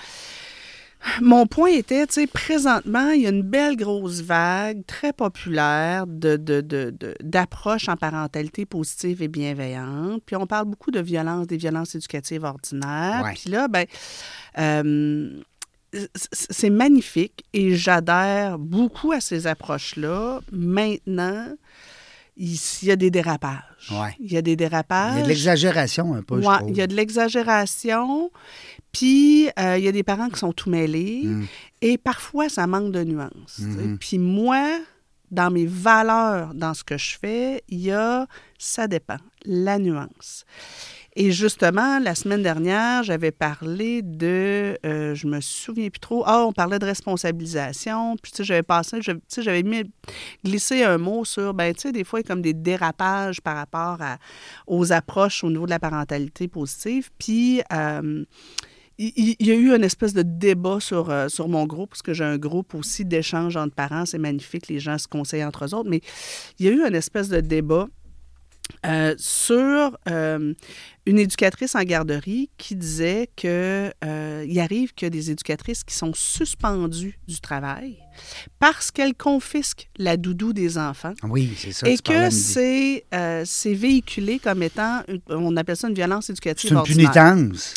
[SPEAKER 2] mon point était, tu sais, présentement, il y a une belle grosse vague très populaire de, de, de- de- d'approches en parentalité positive et bienveillante. Puis on parle beaucoup de violence, des violences éducatives ordinaires.
[SPEAKER 1] Ouais.
[SPEAKER 2] Puis là, ben, euh, c- c'est magnifique et j'adhère beaucoup à ces approches-là. Maintenant, il il y a des dérapages.
[SPEAKER 1] Ouais.
[SPEAKER 2] Il y a des dérapages.
[SPEAKER 1] Il y a de l'exagération un peu, je
[SPEAKER 2] Ah, Ouais,
[SPEAKER 1] trouve.
[SPEAKER 2] il y a de l'exagération, puis euh, il y a des parents qui sont tout mêlés,
[SPEAKER 1] Hmm.
[SPEAKER 2] et parfois ça manque de nuances. tu sais. Puis moi, dans mes valeurs, dans ce que je fais, il y a ça dépend, la nuance. Et justement, la semaine dernière, j'avais parlé de, euh, je me souviens plus trop, ah, on parlait de responsabilisation, puis tu sais, j'avais passé, je- tu sais, j'avais mis, glissé un mot sur, ben tu sais, des fois, il y a comme des dérapages par rapport à, aux approches au niveau de la parentalité positive, puis... euh, il- il il y a eu une espèce de débat sur, euh, sur mon groupe, parce que j'ai un groupe aussi d'échange entre parents, c'est magnifique, les gens se conseillent entre eux autres, mais il y a eu une espèce de débat euh, sur euh, une éducatrice en garderie qui disait que euh, il arrive que des éducatrices qui sont suspendues du travail parce qu'elles confisquent la doudou des enfants
[SPEAKER 1] Oui, c'est ça.
[SPEAKER 2] et
[SPEAKER 1] tu parlais à
[SPEAKER 2] que
[SPEAKER 1] midi.
[SPEAKER 2] c'est euh, c'est véhiculé comme étant, une- on appelle ça une violence
[SPEAKER 1] C'est
[SPEAKER 2] éducative
[SPEAKER 1] une
[SPEAKER 2] ordinaire.
[SPEAKER 1] punitance.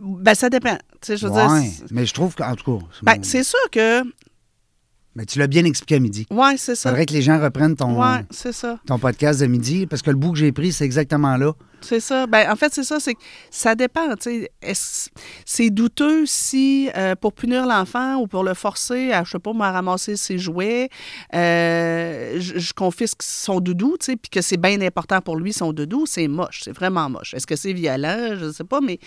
[SPEAKER 2] Ben, ça dépend. Tu sais, je veux dire,
[SPEAKER 1] Ouais,
[SPEAKER 2] c'est-
[SPEAKER 1] Mais je trouve qu'en tout cas. c'est
[SPEAKER 2] ben,
[SPEAKER 1] mon-
[SPEAKER 2] c'est sûr que.
[SPEAKER 1] Mais tu l'as bien expliqué à midi.
[SPEAKER 2] Ouais, c'est
[SPEAKER 1] C'est
[SPEAKER 2] ça.
[SPEAKER 1] vrai que les gens reprennent ton,
[SPEAKER 2] Ouais, c'est ça.
[SPEAKER 1] ton podcast de midi parce que le bout que j'ai pris, c'est exactement là.
[SPEAKER 2] C'est ça. Ben, en fait, c'est ça. C'est que ça dépend. tu sais. Est-ce- C'est douteux si, euh, pour punir l'enfant ou pour le forcer à, je sais pas, moi, à ramasser ses jouets, euh, je, je confisque son doudou, tu sais, puis que c'est bien important pour lui, son doudou, c'est moche. C'est vraiment moche. Est-ce que c'est violent? Je sais pas, mais.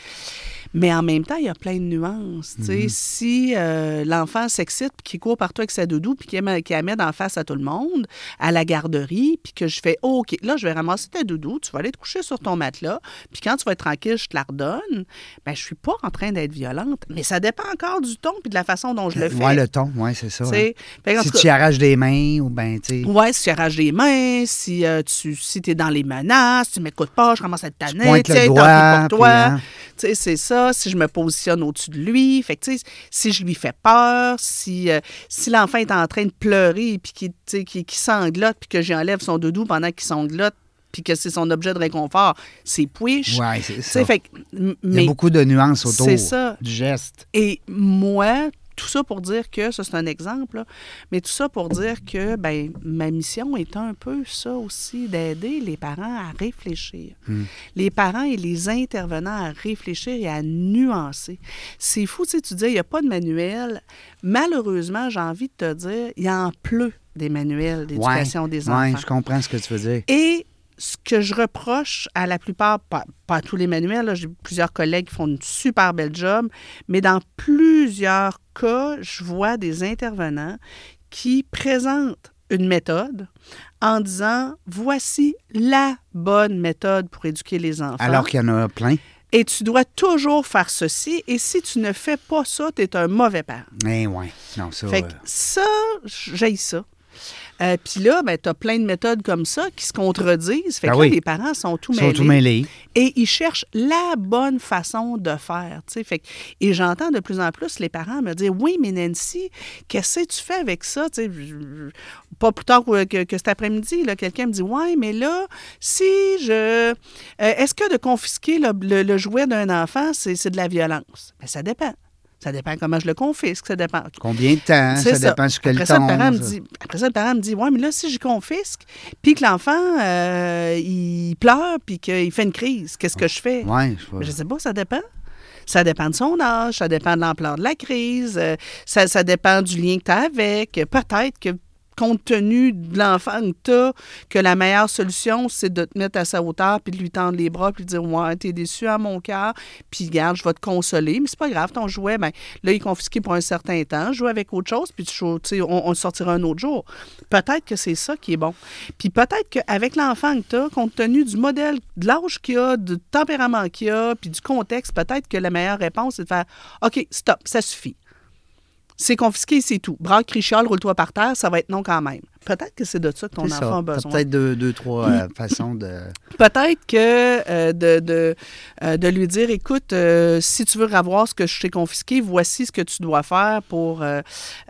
[SPEAKER 2] Mais en même temps, il y a plein de nuances. tu
[SPEAKER 1] Mm-hmm.
[SPEAKER 2] sais. Si euh, l'enfant s'excite, puis qu'il court partout avec sa doudou, puis qu'il aime- qu'il la met en face à tout le monde, à la garderie, puis que je fais oh, OK, là, je vais ramasser ta doudou, tu vas aller te coucher sur ton matelas, puis quand tu vas être tranquille, je te la redonne, ben, je suis pas en train d'être violente. Mais ça dépend encore du ton puis de la façon dont je le fais.
[SPEAKER 1] Ouais, le ton, ouais, c'est ça.
[SPEAKER 2] tu
[SPEAKER 1] hein.
[SPEAKER 2] sais. Fait qu'en
[SPEAKER 1] Si
[SPEAKER 2] tout cas-
[SPEAKER 1] tu y arraches des mains ou ben, tu sais.
[SPEAKER 2] Ouais, si tu arraches les mains, si euh, tu si es dans les menaces, tu m'écoutes pas, je commence à te tanner,
[SPEAKER 1] pointes le
[SPEAKER 2] tiens, tant
[SPEAKER 1] doigt,
[SPEAKER 2] pis pour toi.
[SPEAKER 1] puis, hein.
[SPEAKER 2] Tu sais, c'est ça, si je me positionne au-dessus de lui, fait que, tu sais, si je lui fais peur, si, euh, si l'enfant est en train de pleurer puis qu'il tu sais, qu'il- qu'il sanglote puis que j'enlève son doudou pendant qu'il sanglote puis que c'est son objet de réconfort, c'est puiche.
[SPEAKER 1] Ouais, c'est
[SPEAKER 2] Tu
[SPEAKER 1] ça.
[SPEAKER 2] sais, fait que- m-
[SPEAKER 1] Il y a
[SPEAKER 2] mais
[SPEAKER 1] beaucoup de nuances autour
[SPEAKER 2] c'est ça.
[SPEAKER 1] du geste.
[SPEAKER 2] et moi, tout ça pour dire que, ça c'est un exemple, là, mais tout ça pour dire que ben, ma mission est un peu ça aussi, d'aider les parents à réfléchir.
[SPEAKER 1] Hmm.
[SPEAKER 2] Les parents et les intervenants à réfléchir et à nuancer. C'est fou, tu sais, tu dis, il n'y a pas de manuel. Malheureusement, j'ai envie de te dire, il y en pleut des manuels d'éducation
[SPEAKER 1] ouais,
[SPEAKER 2] des
[SPEAKER 1] ouais,
[SPEAKER 2] enfants.
[SPEAKER 1] je comprends ce que tu veux dire.
[SPEAKER 2] Et ce que je reproche à la plupart, pas, pas à tous les manuels, là, j'ai plusieurs collègues qui font une super belle job, mais dans plusieurs cas, je vois des intervenants qui présentent une méthode en disant voici la bonne méthode pour éduquer les enfants.
[SPEAKER 1] Alors qu'il y en a plein.
[SPEAKER 2] Et tu dois toujours faire ceci. Et si tu ne fais pas ça, tu es un mauvais parent.
[SPEAKER 1] Mais ouais, non, ça.
[SPEAKER 2] Fait
[SPEAKER 1] euh,
[SPEAKER 2] que ça, j'ai ça. Euh, Puis là, ben, tu as plein de méthodes comme ça qui se contredisent. Fait que
[SPEAKER 1] Ah
[SPEAKER 2] là,
[SPEAKER 1] oui.
[SPEAKER 2] les parents sont tout
[SPEAKER 1] Ils
[SPEAKER 2] mêlés.
[SPEAKER 1] sont tout mêlés.
[SPEAKER 2] Et ils cherchent la bonne façon de faire. tu sais. Fait que- et j'entends de plus en plus les parents me dire Oui, mais Nancy, qu'est-ce que tu fais avec ça Tu sais, je- je- Pas plus tard que, que- que cet après-midi, là, quelqu'un me dit Ouais, mais là, si je. euh, Est-ce que de confisquer le, le- le jouet d'un enfant, c'est c'est de la violence Ben, Ça dépend. Ça dépend comment je le confisque, ça dépend.
[SPEAKER 1] Combien de temps?
[SPEAKER 2] C'est
[SPEAKER 1] Hein, Ça, dépend sur quel
[SPEAKER 2] après
[SPEAKER 1] temps.
[SPEAKER 2] Ça, le parent me dit, après ça, le parent me dit Ouais, mais là, si je confisque, puis que l'enfant, euh, il pleure, puis qu'il fait une crise, qu'est-ce que je fais Ben,
[SPEAKER 1] Ouais, je vois.
[SPEAKER 2] Je sais pas, ça dépend. Ça dépend de son âge, ça dépend de l'ampleur de la crise, euh, ça, ça dépend du lien que tu as avec. Peut-être que, compte tenu de l'enfant que tu que la meilleure solution, c'est de te mettre à sa hauteur, puis de lui tendre les bras, puis de dire Ouais, t'es déçu à mon cœur, puis garde, je vais te consoler, mais c'est pas grave, ton jouet, ben, là, il est confisqué pour un certain temps, joue avec autre chose, puis tu cho- tu sais, on, on le sortira un autre jour. Peut-être que c'est ça qui est bon. Puis peut-être qu'avec l'enfant que tu as, compte tenu du modèle, de l'âge qu'il a, du tempérament qu'il a, puis du contexte, peut-être que la meilleure réponse, c'est de faire OK, stop, ça suffit. C'est confisqué, c'est tout. Braque, Richard, roule-toi par terre, ça va être non quand même. Peut-être que c'est de ça que ton
[SPEAKER 1] C'est
[SPEAKER 2] enfant
[SPEAKER 1] ça.
[SPEAKER 2] a
[SPEAKER 1] T'as
[SPEAKER 2] besoin.
[SPEAKER 1] peut-être deux, deux, trois euh, façons de.
[SPEAKER 2] Peut-être que euh, de, de, euh, de lui dire, écoute, euh, si tu veux avoir ce que je t'ai confisqué, voici ce que tu dois faire pour, euh,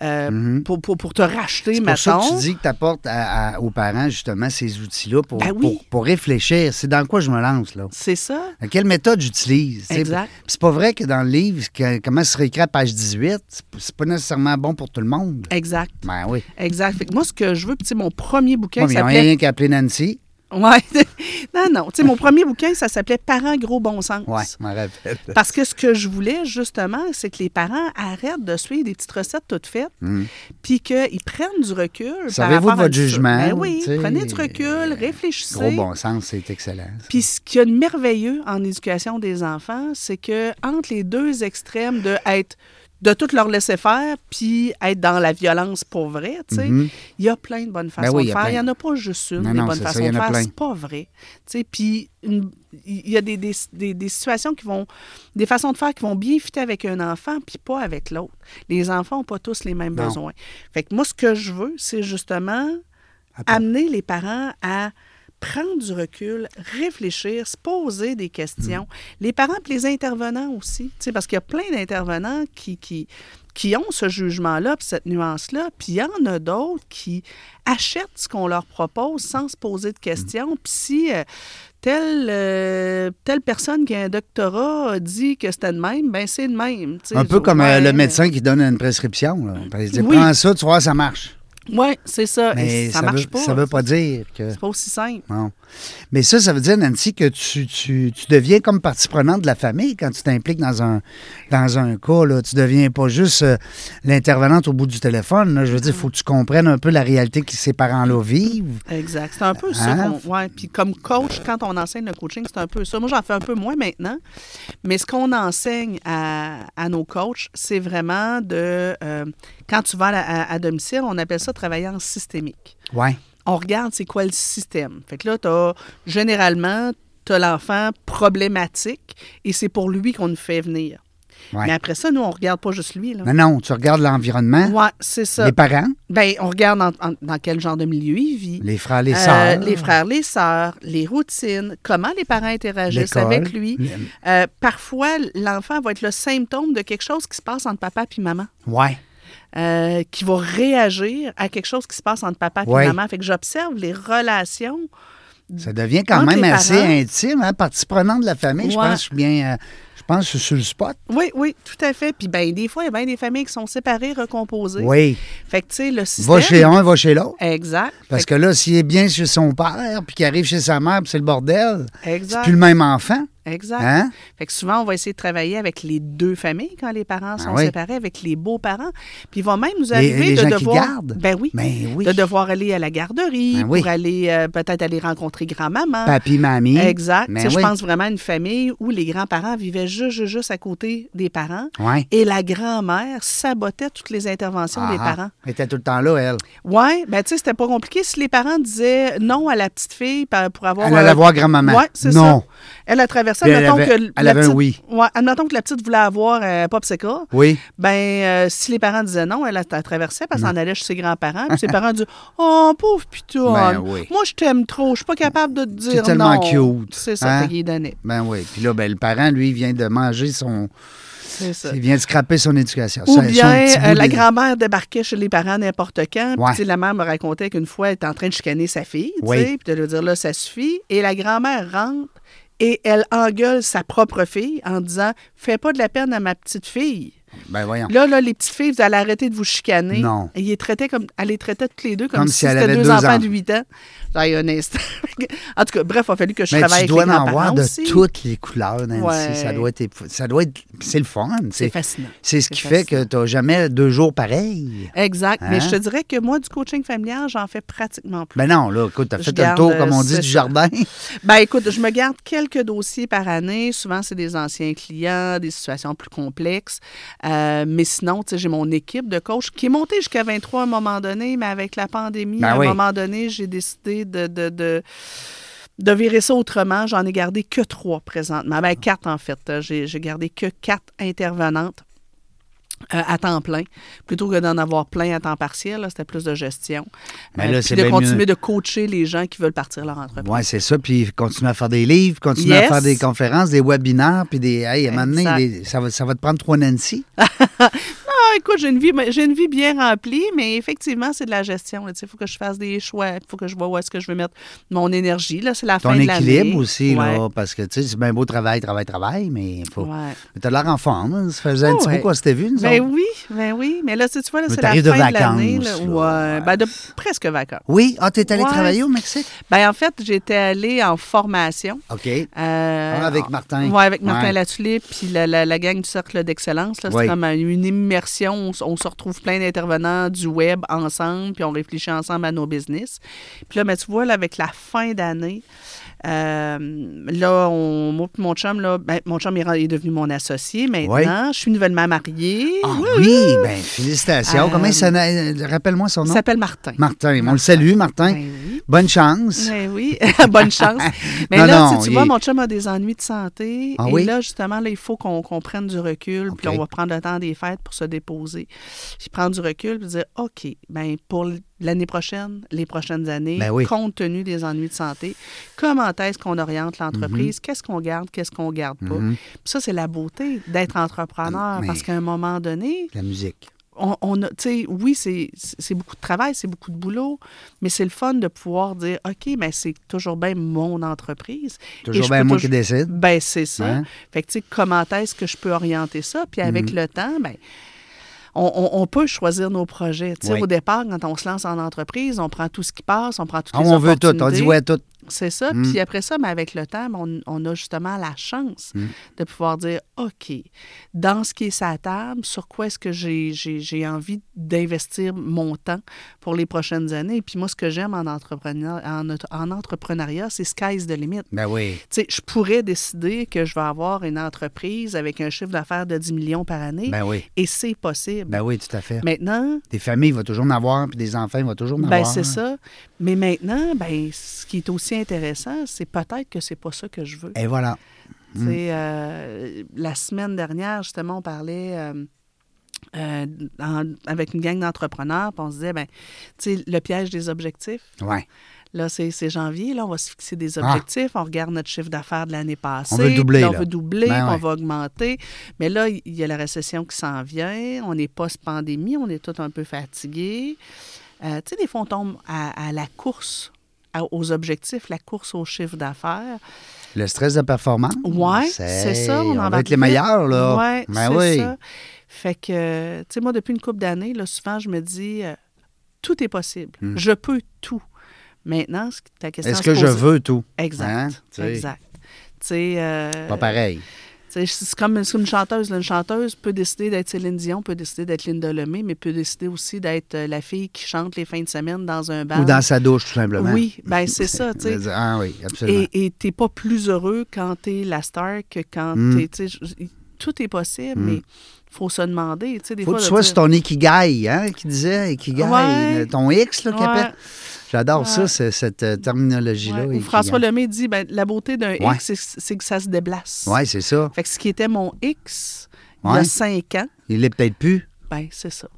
[SPEAKER 2] euh, pour, pour, pour te racheter,
[SPEAKER 1] Mm-hmm. C'est pour ça que
[SPEAKER 2] mettons.
[SPEAKER 1] tu dis que tu apportes à- à- aux parents justement ces outils-là pour,
[SPEAKER 2] Ben oui.
[SPEAKER 1] pour, pour réfléchir. C'est dans quoi je me lance, là?
[SPEAKER 2] C'est ça?
[SPEAKER 1] À Quelle méthode j'utilise? tu sais?
[SPEAKER 2] Exact.
[SPEAKER 1] Puis C'est pas vrai que dans le livre, que- comment se réécrire à page 18, c'est p- c'est pas nécessairement bon pour tout le monde.
[SPEAKER 2] Exact.
[SPEAKER 1] Ben oui.
[SPEAKER 2] Exact. Fait que moi, ce que je veux, puis tu sais, mon premier bouquin,
[SPEAKER 1] Bon,
[SPEAKER 2] ça
[SPEAKER 1] ils n'ont
[SPEAKER 2] s'appelait...
[SPEAKER 1] rien qu'à appeler Nancy.
[SPEAKER 2] Ouais. (laughs) non, non. Tu sais, mon premier bouquin, ça s'appelait Parents gros bon sens.
[SPEAKER 1] Ouais, je m'en rappelle.
[SPEAKER 2] Parce que ce que je voulais, justement, c'est que les parents arrêtent de suivre des petites recettes toutes faites, puis qu'ils prennent du recul. par
[SPEAKER 1] Mm. Savez-vous
[SPEAKER 2] rapport à
[SPEAKER 1] votre
[SPEAKER 2] le-
[SPEAKER 1] jugement,
[SPEAKER 2] Ben oui,
[SPEAKER 1] tu sais,
[SPEAKER 2] prenez du recul,
[SPEAKER 1] euh, Gros
[SPEAKER 2] réfléchissez.
[SPEAKER 1] bon sens, c'est excellent. ça.
[SPEAKER 2] Puis ce qu'il y a de merveilleux en éducation des enfants, c'est que entre les deux extrêmes de être de tout leur laisser faire puis être dans la violence pour vrai, tu sais, il y a plein de bonnes façons
[SPEAKER 1] Mm-hmm. Ben oui, il
[SPEAKER 2] de
[SPEAKER 1] y a
[SPEAKER 2] faire. Il n'y
[SPEAKER 1] plein.
[SPEAKER 2] en a pas juste une,
[SPEAKER 1] Non,
[SPEAKER 2] des
[SPEAKER 1] non,
[SPEAKER 2] bonnes
[SPEAKER 1] c'est ça,
[SPEAKER 2] façons
[SPEAKER 1] il y
[SPEAKER 2] de
[SPEAKER 1] en a
[SPEAKER 2] faire.
[SPEAKER 1] plein.
[SPEAKER 2] C'est pas vrai. Tu sais, puis une- il y a des, des, des- des situations qui vont, des façons de faire qui vont bien fitter avec un enfant puis pas avec l'autre. Les enfants n'ont pas tous les mêmes
[SPEAKER 1] Non.
[SPEAKER 2] besoins. Fait que moi, ce que je veux, c'est justement
[SPEAKER 1] Apporte-
[SPEAKER 2] amener les parents à prendre du recul, réfléchir, se poser des questions. Les parents puis les intervenants aussi, tu sais, parce qu'il y a plein d'intervenants qui, qui, qui ont ce jugement-là, puis cette nuance-là, puis il y en a d'autres qui achètent ce qu'on leur propose sans se poser de questions. Puis si euh, telle, euh, telle personne qui a un doctorat a dit que c'était de même, ben c'est de même. tu sais.
[SPEAKER 1] Un peu comme euh,
[SPEAKER 2] Ouais,
[SPEAKER 1] le
[SPEAKER 2] mais-
[SPEAKER 1] médecin qui donne une prescription. Là. Il dit
[SPEAKER 2] Oui.
[SPEAKER 1] Prends ça, tu vois, ça marche.
[SPEAKER 2] Oui, c'est ça.
[SPEAKER 1] Mais
[SPEAKER 2] Et ça, marche
[SPEAKER 1] veut,
[SPEAKER 2] pas.
[SPEAKER 1] Ça veut pas dire que.
[SPEAKER 2] C'est pas aussi simple.
[SPEAKER 1] Non. Mais ça, ça veut dire, Nancy, que tu, tu- tu deviens comme partie prenante de la famille quand tu t'impliques dans un, dans un cas. Là. Tu deviens pas juste euh, l'intervenante au bout du téléphone. là. Je veux dire, il faut que tu comprennes un peu la réalité que ces parents-là vivent.
[SPEAKER 2] Exact. C'est un peu ça.
[SPEAKER 1] Hein?
[SPEAKER 2] qu'on- ouais. Puis comme coach, quand on enseigne le coaching, c'est un peu ça. Moi, j'en fais un peu moins maintenant. Mais ce qu'on enseigne à, à nos coachs, c'est vraiment de... euh, quand tu vas à, la- à- à domicile, on appelle ça travailler en systémique.
[SPEAKER 1] Oui.
[SPEAKER 2] On regarde c'est quoi le système. Fait que là, t'as, généralement, tu as l'enfant problématique et c'est pour lui qu'on nous fait venir.
[SPEAKER 1] Ouais.
[SPEAKER 2] Mais après ça, nous, on regarde pas juste lui. Là.
[SPEAKER 1] Non, non, tu regardes l'environnement,
[SPEAKER 2] Ouais, c'est ça.
[SPEAKER 1] les parents,
[SPEAKER 2] Ben, on regarde en- en- dans quel genre de milieu il vit.
[SPEAKER 1] les frères, les
[SPEAKER 2] Euh,
[SPEAKER 1] sœurs.
[SPEAKER 2] les frères, les sœurs, les routines, comment les parents interagissent
[SPEAKER 1] L'école. Mm.
[SPEAKER 2] avec lui.
[SPEAKER 1] Le-
[SPEAKER 2] Euh, parfois, l'enfant va être le symptôme de quelque chose qui se passe entre papa puis maman,
[SPEAKER 1] Ouais.
[SPEAKER 2] euh, qui va réagir à quelque chose qui se passe entre papa
[SPEAKER 1] Ouais.
[SPEAKER 2] puis maman. Fait que j'observe les relations.
[SPEAKER 1] Ça devient quand
[SPEAKER 2] Entre
[SPEAKER 1] même
[SPEAKER 2] les
[SPEAKER 1] assez
[SPEAKER 2] parents.
[SPEAKER 1] intime, hein, partie prenante de la famille. Je
[SPEAKER 2] Ouais.
[SPEAKER 1] pense que je suis bien. euh, je pense que je suis sur le spot.
[SPEAKER 2] Oui, oui, tout à fait. Puis ben des fois, il y a bien des familles qui sont séparées, recomposées.
[SPEAKER 1] Oui.
[SPEAKER 2] Fait que, tu sais, le système...
[SPEAKER 1] Va chez un, va chez l'autre.
[SPEAKER 2] Exact.
[SPEAKER 1] Parce que
[SPEAKER 2] Fait
[SPEAKER 1] là, s'il est bien chez son père, puis qu'il arrive chez sa mère, puis c'est le bordel, c'est
[SPEAKER 2] Exact.
[SPEAKER 1] plus le même enfant.
[SPEAKER 2] Exact.
[SPEAKER 1] Hein?
[SPEAKER 2] Fait que souvent, on va essayer de travailler avec les deux familles quand les parents sont
[SPEAKER 1] Ben oui.
[SPEAKER 2] séparés, avec les beaux-parents. Puis il va même nous
[SPEAKER 1] Les-
[SPEAKER 2] arriver
[SPEAKER 1] les
[SPEAKER 2] de
[SPEAKER 1] gens qui
[SPEAKER 2] devoir.
[SPEAKER 1] gardent.
[SPEAKER 2] Ben oui.
[SPEAKER 1] Ben oui.
[SPEAKER 2] De devoir aller à la garderie,
[SPEAKER 1] Ben
[SPEAKER 2] pour
[SPEAKER 1] oui.
[SPEAKER 2] aller euh, peut-être aller rencontrer grand-maman.
[SPEAKER 1] Papi, mamie.
[SPEAKER 2] Ah. Exact.
[SPEAKER 1] Ben
[SPEAKER 2] Tu sais, Je
[SPEAKER 1] oui.
[SPEAKER 2] pense vraiment à une famille où les grands-parents vivaient juste, juste, juste à côté des parents.
[SPEAKER 1] Ouais.
[SPEAKER 2] Et la grand-mère sabotait toutes les interventions des
[SPEAKER 1] Ah, ah.
[SPEAKER 2] parents.
[SPEAKER 1] Elle était tout le temps là, elle.
[SPEAKER 2] Oui, ben tu sais, c'était pas compliqué. Si les parents disaient non à la petite fille pa- pour avoir.
[SPEAKER 1] Elle allait voir grand-maman.
[SPEAKER 2] Oui, c'est
[SPEAKER 1] Non.
[SPEAKER 2] ça. Elle a traversé,
[SPEAKER 1] Puis elle
[SPEAKER 2] admettons
[SPEAKER 1] avait-
[SPEAKER 2] que.
[SPEAKER 1] elle avait un
[SPEAKER 2] petite,
[SPEAKER 1] oui.
[SPEAKER 2] Ouais, admettons que la petite voulait avoir un popsicle.
[SPEAKER 1] Oui.
[SPEAKER 2] Ben, euh, si les parents disaient non, elle a elle traversait parce qu'elle en allait chez ses
[SPEAKER 1] (laughs)
[SPEAKER 2] grands-parents. Puis ses parents disaient Oh, pauvre putain.
[SPEAKER 1] Ben oui.
[SPEAKER 2] Moi, je t'aime trop. Je suis pas capable de te dire.
[SPEAKER 1] tellement
[SPEAKER 2] non.
[SPEAKER 1] cute,
[SPEAKER 2] C'est ça,
[SPEAKER 1] hein?
[SPEAKER 2] fait qu'il donnait.
[SPEAKER 1] Ben oui. Puis là, ben, le parent, lui, vient de manger son.
[SPEAKER 2] C'est ça.
[SPEAKER 1] Il vient de scraper son éducation.
[SPEAKER 2] Euh. Ou
[SPEAKER 1] Son- son
[SPEAKER 2] bien
[SPEAKER 1] petit bout
[SPEAKER 2] euh, la
[SPEAKER 1] de-
[SPEAKER 2] grand-mère débarquait chez les parents n'importe quand. Puis
[SPEAKER 1] Ouais.
[SPEAKER 2] tu sais, la mère me racontait qu'une fois, elle était en train de chicaner sa fille, tu
[SPEAKER 1] Oui.
[SPEAKER 2] sais, puis de lui dire là, ça suffit. Et la grand-mère rentre et elle engueule sa propre fille en disant Fais pas de la peine à ma petite fille.
[SPEAKER 1] Ben voyons.
[SPEAKER 2] Là, là, les petites filles, vous allez arrêter de vous chicaner.
[SPEAKER 1] Non.
[SPEAKER 2] Et il les traitait comme, elle les traitait toutes les deux comme,
[SPEAKER 1] Comme
[SPEAKER 2] si,
[SPEAKER 1] si elle
[SPEAKER 2] c'était
[SPEAKER 1] avait
[SPEAKER 2] deux,
[SPEAKER 1] deux
[SPEAKER 2] enfants
[SPEAKER 1] ans.
[SPEAKER 2] de 8 ans. J'en ai un instant. (laughs) en tout cas, bref, il a fallu que je
[SPEAKER 1] Mais
[SPEAKER 2] travaille
[SPEAKER 1] tu dois
[SPEAKER 2] avec les
[SPEAKER 1] en
[SPEAKER 2] grands-parents
[SPEAKER 1] voir de
[SPEAKER 2] aussi.
[SPEAKER 1] toutes les couleurs, Nancy.
[SPEAKER 2] Ouais.
[SPEAKER 1] Ça doit être. épou- Ça doit être. C'est le fun.
[SPEAKER 2] C'est fascinant.
[SPEAKER 1] C'est ce
[SPEAKER 2] C'est
[SPEAKER 1] qui fait que tu n'as jamais deux jours pareils.
[SPEAKER 2] Exact. Mais
[SPEAKER 1] Hein?
[SPEAKER 2] je te dirais que moi, du coaching familial, j'en fais pratiquement plus.
[SPEAKER 1] Ben non, là, écoute, t'as
[SPEAKER 2] Je
[SPEAKER 1] fait
[SPEAKER 2] garde,
[SPEAKER 1] le tour, comme on
[SPEAKER 2] euh,
[SPEAKER 1] dit,
[SPEAKER 2] c'est
[SPEAKER 1] du
[SPEAKER 2] ça.
[SPEAKER 1] jardin. (laughs)
[SPEAKER 2] Ben écoute, je me garde quelques dossiers par année. Souvent, c'est des anciens clients, des situations plus complexes. Euh, mais sinon, tu sais, j'ai mon équipe de coach qui est montée jusqu'à 23 à un moment donné, mais avec la pandémie,
[SPEAKER 1] Ben
[SPEAKER 2] à un
[SPEAKER 1] oui.
[SPEAKER 2] moment donné, j'ai décidé de, de, de, de virer ça autrement. J'en ai gardé que trois présentement.
[SPEAKER 1] Ah.
[SPEAKER 2] Ben quatre, en fait. J'ai j'ai gardé que quatre intervenantes. euh, à temps plein, plutôt que d'en avoir plein à temps partiel, là, c'était plus de gestion. Euh,
[SPEAKER 1] Ben là,
[SPEAKER 2] puis
[SPEAKER 1] c'est
[SPEAKER 2] de
[SPEAKER 1] bien
[SPEAKER 2] continuer
[SPEAKER 1] mieux.
[SPEAKER 2] de coacher les gens qui veulent partir leur entreprise.
[SPEAKER 1] Oui, c'est ça. Puis continuer à faire des livres, continuer
[SPEAKER 2] Yes.
[SPEAKER 1] à faire des conférences, des webinaires, puis des. Hey, à un moment donné,
[SPEAKER 2] Exact.
[SPEAKER 1] des- ça, va, ça va te prendre trois Nancy.
[SPEAKER 2] Ah, écoute, j'ai une, vie, j'ai une vie bien remplie, mais effectivement, c'est de la gestion. Il faut que je fasse des choix, il faut que je vois où est-ce que je vais mettre mon énergie. Là, c'est la
[SPEAKER 1] Ton
[SPEAKER 2] fin de l'année.
[SPEAKER 1] équilibre aussi,
[SPEAKER 2] Ouais.
[SPEAKER 1] là, parce que, tu sais, c'est bien beau travail, travail, travail, mais faut.
[SPEAKER 2] Ouais.
[SPEAKER 1] Mais t'as l'air en forme. hein. Ça faisait un
[SPEAKER 2] Ah
[SPEAKER 1] petit
[SPEAKER 2] ouais.
[SPEAKER 1] bout qu'on s'était vu, nous
[SPEAKER 2] Ben
[SPEAKER 1] autres.
[SPEAKER 2] oui, ben oui. Mais là, tu sais, tu vois, là,
[SPEAKER 1] Mais
[SPEAKER 2] c'est la fin
[SPEAKER 1] t'arrives de
[SPEAKER 2] de l'année.
[SPEAKER 1] vacances,
[SPEAKER 2] là.
[SPEAKER 1] là.
[SPEAKER 2] Ouais. Ben, de presque vacances.
[SPEAKER 1] Oui, ah, t'es allé
[SPEAKER 2] Ouais.
[SPEAKER 1] travailler au Mexique?
[SPEAKER 2] Ben, en fait, j'étais allée en formation.
[SPEAKER 1] OK.
[SPEAKER 2] Euh,
[SPEAKER 1] Ah, avec Martin.
[SPEAKER 2] Oui, avec Martin
[SPEAKER 1] Ouais.
[SPEAKER 2] Latulippe, puis la, la- la gang du Cercle d'Excellence. là, C'est
[SPEAKER 1] Oui.
[SPEAKER 2] comme une, une immersion. On, s- on se retrouve plein d'intervenants du web ensemble, puis on réfléchit ensemble à nos business. Puis là, mais tu vois, là, avec la fin d'année, euh, là, on, moi puis mon chum, là, ben, mon chum est, ren- est devenu mon associé maintenant. Je suis nouvellement mariée.
[SPEAKER 1] Ah
[SPEAKER 2] Wouh!
[SPEAKER 1] oui, ben félicitations.
[SPEAKER 2] Euh,
[SPEAKER 1] Comment il s'appelle? Rappelle-moi son
[SPEAKER 2] Il
[SPEAKER 1] nom.
[SPEAKER 2] s'appelle Martin.
[SPEAKER 1] Martin. On le salue, Martin.
[SPEAKER 2] Ben oui.
[SPEAKER 1] Bonne chance.
[SPEAKER 2] Ben oui, (laughs) bonne chance.
[SPEAKER 1] (laughs)
[SPEAKER 2] Mais
[SPEAKER 1] Non,
[SPEAKER 2] là,
[SPEAKER 1] non,
[SPEAKER 2] tu sais, tu
[SPEAKER 1] il
[SPEAKER 2] vois,
[SPEAKER 1] est-
[SPEAKER 2] mon chum a des ennuis de santé.
[SPEAKER 1] Ah
[SPEAKER 2] et
[SPEAKER 1] oui?
[SPEAKER 2] là, justement, là, il faut qu'on qu'on prenne du recul. Puis
[SPEAKER 1] OK.
[SPEAKER 2] on va prendre le temps des fêtes pour se déposer. Puis prendre du recul puis dire, OK, ben pour l'année prochaine, les prochaines années,
[SPEAKER 1] Ben oui.
[SPEAKER 2] compte tenu des ennuis de santé, comment est-ce qu'on oriente
[SPEAKER 1] Mm-hmm.
[SPEAKER 2] l'entreprise? Qu'est-ce qu'on garde? Qu'est-ce qu'on garde pas? Puis ça, c'est la beauté d'être entrepreneur.
[SPEAKER 1] Mais-
[SPEAKER 2] Parce qu'à un moment donné,
[SPEAKER 1] La musique.
[SPEAKER 2] on, on a, tu sais, oui, c'est c'est beaucoup de travail, c'est beaucoup de boulot, mais c'est le fun de pouvoir dire, OK, mais c'est toujours bien mon entreprise.
[SPEAKER 1] Toujours
[SPEAKER 2] Et je
[SPEAKER 1] bien
[SPEAKER 2] peux
[SPEAKER 1] moi
[SPEAKER 2] toujours-
[SPEAKER 1] qui décide.
[SPEAKER 2] Ben, c'est ça.
[SPEAKER 1] Hein? Mm-hmm.
[SPEAKER 2] Fait que, tu sais, comment est-ce que je peux orienter ça? Puis avec le temps, ben, on, on- on peut choisir nos projets. Tu sais,
[SPEAKER 1] Oui.
[SPEAKER 2] au départ, quand on se lance en entreprise, on prend tout ce qui passe, on prend toutes
[SPEAKER 1] Ah,
[SPEAKER 2] les
[SPEAKER 1] on veut tout. On dit
[SPEAKER 2] opportunités.
[SPEAKER 1] ouais à tout.
[SPEAKER 2] C'est ça.
[SPEAKER 1] Mm.
[SPEAKER 2] Puis après ça, mais avec le temps, ben, on, on a justement la chance
[SPEAKER 1] Mm.
[SPEAKER 2] de pouvoir dire OK, dans ce qui est sa table, sur quoi est-ce que j'ai- j'ai j'ai envie d'investir mon temps pour les prochaines années. Puis moi, ce que j'aime en, entrepreneur- en, auto- en entrepreneuriat, c'est sky's the limit.
[SPEAKER 1] Ben oui.
[SPEAKER 2] Tu sais, je pourrais décider que je vais avoir une entreprise avec un chiffre d'affaires de 10 millions par année.
[SPEAKER 1] Ben oui.
[SPEAKER 2] Et c'est possible.
[SPEAKER 1] Ben oui, tout à fait.
[SPEAKER 2] Maintenant,
[SPEAKER 1] Des familles, il va toujours en avoir, puis des enfants, il va toujours en
[SPEAKER 2] ben,
[SPEAKER 1] avoir.
[SPEAKER 2] c'est ça. Mais maintenant, ben, ce qui est aussi intéressant, c'est peut-être que c'est pas ça que je veux.
[SPEAKER 1] Et voilà. Mm.
[SPEAKER 2] Tu sais, euh, la semaine dernière, justement, on parlait euh, euh, en- avec une gang d'entrepreneurs, puis on se disait, ben, tu sais, le piège des objectifs.
[SPEAKER 1] Ouais.
[SPEAKER 2] Là, c'est c'est janvier, là, on va se fixer des
[SPEAKER 1] Ah.
[SPEAKER 2] objectifs, on regarde notre chiffre d'affaires de l'année passée.
[SPEAKER 1] On veut doubler,
[SPEAKER 2] puis On
[SPEAKER 1] là.
[SPEAKER 2] veut doubler,
[SPEAKER 1] Ben
[SPEAKER 2] puis on
[SPEAKER 1] ouais.
[SPEAKER 2] va augmenter. Mais là, il y a la récession qui s'en vient, on est post-pandémie, on est tous un peu fatigués. Euh, tu sais, des fois, on tombe à, à la course à- aux objectifs, la course au chiffre d'affaires.
[SPEAKER 1] Le stress de performance.
[SPEAKER 2] Ouais, c'est ça.
[SPEAKER 1] On,
[SPEAKER 2] en
[SPEAKER 1] va être les
[SPEAKER 2] vite.
[SPEAKER 1] meilleurs, là.
[SPEAKER 2] Ouais,
[SPEAKER 1] ben
[SPEAKER 2] c'est
[SPEAKER 1] oui.
[SPEAKER 2] ça. Fait que, tu sais, moi, depuis une couple d'années, là, souvent, je me dis, euh, tout est possible. Je peux tout. Maintenant, ce que- ta question
[SPEAKER 1] Hmm. Est-ce
[SPEAKER 2] se
[SPEAKER 1] que je
[SPEAKER 2] posait-
[SPEAKER 1] veux tout?
[SPEAKER 2] Exact.
[SPEAKER 1] Hein, tu sais.
[SPEAKER 2] exact. tu sais, euh,
[SPEAKER 1] Pas pareil.
[SPEAKER 2] c'est c'est comme, c'est comme une chanteuse. là. Une chanteuse peut décider d'être Céline Dion, peut décider d'être Linda Lemay, mais peut décider aussi d'être euh, la fille qui chante les fins de semaine dans un bar.
[SPEAKER 1] Ou dans sa douche, tout simplement.
[SPEAKER 2] ben Oui, ben
[SPEAKER 1] (laughs)
[SPEAKER 2] c'est ça, tu sais.
[SPEAKER 1] Ah oui, absolument.
[SPEAKER 2] Et et t'es pas plus heureux quand t'es la star que quand
[SPEAKER 1] Mm.
[SPEAKER 2] t'es. tu sais, je- Tout est possible, mais faut se demander. tu sais, Des
[SPEAKER 1] Hmm. Faut que
[SPEAKER 2] fois,
[SPEAKER 1] tu
[SPEAKER 2] de
[SPEAKER 1] sois
[SPEAKER 2] dire-
[SPEAKER 1] sur ton ikigai, hein, qui disait, ikigai,
[SPEAKER 2] Ouais.
[SPEAKER 1] euh, ton X, là, qu'il
[SPEAKER 2] Ouais.
[SPEAKER 1] appelle. J'adore
[SPEAKER 2] Ouais.
[SPEAKER 1] ça, c'est- cette euh, terminologie-là.
[SPEAKER 2] Ouais, ou
[SPEAKER 1] ikigai.
[SPEAKER 2] François Lemay dit ben, la beauté d'un
[SPEAKER 1] Ouais.
[SPEAKER 2] X, c'est- c'est que ça se déplace.
[SPEAKER 1] Oui, c'est ça.
[SPEAKER 2] Fait que ce qui était mon X il y
[SPEAKER 1] Ouais.
[SPEAKER 2] a cinq ans,
[SPEAKER 1] Il l'est peut-être plus.
[SPEAKER 2] ben c'est ça.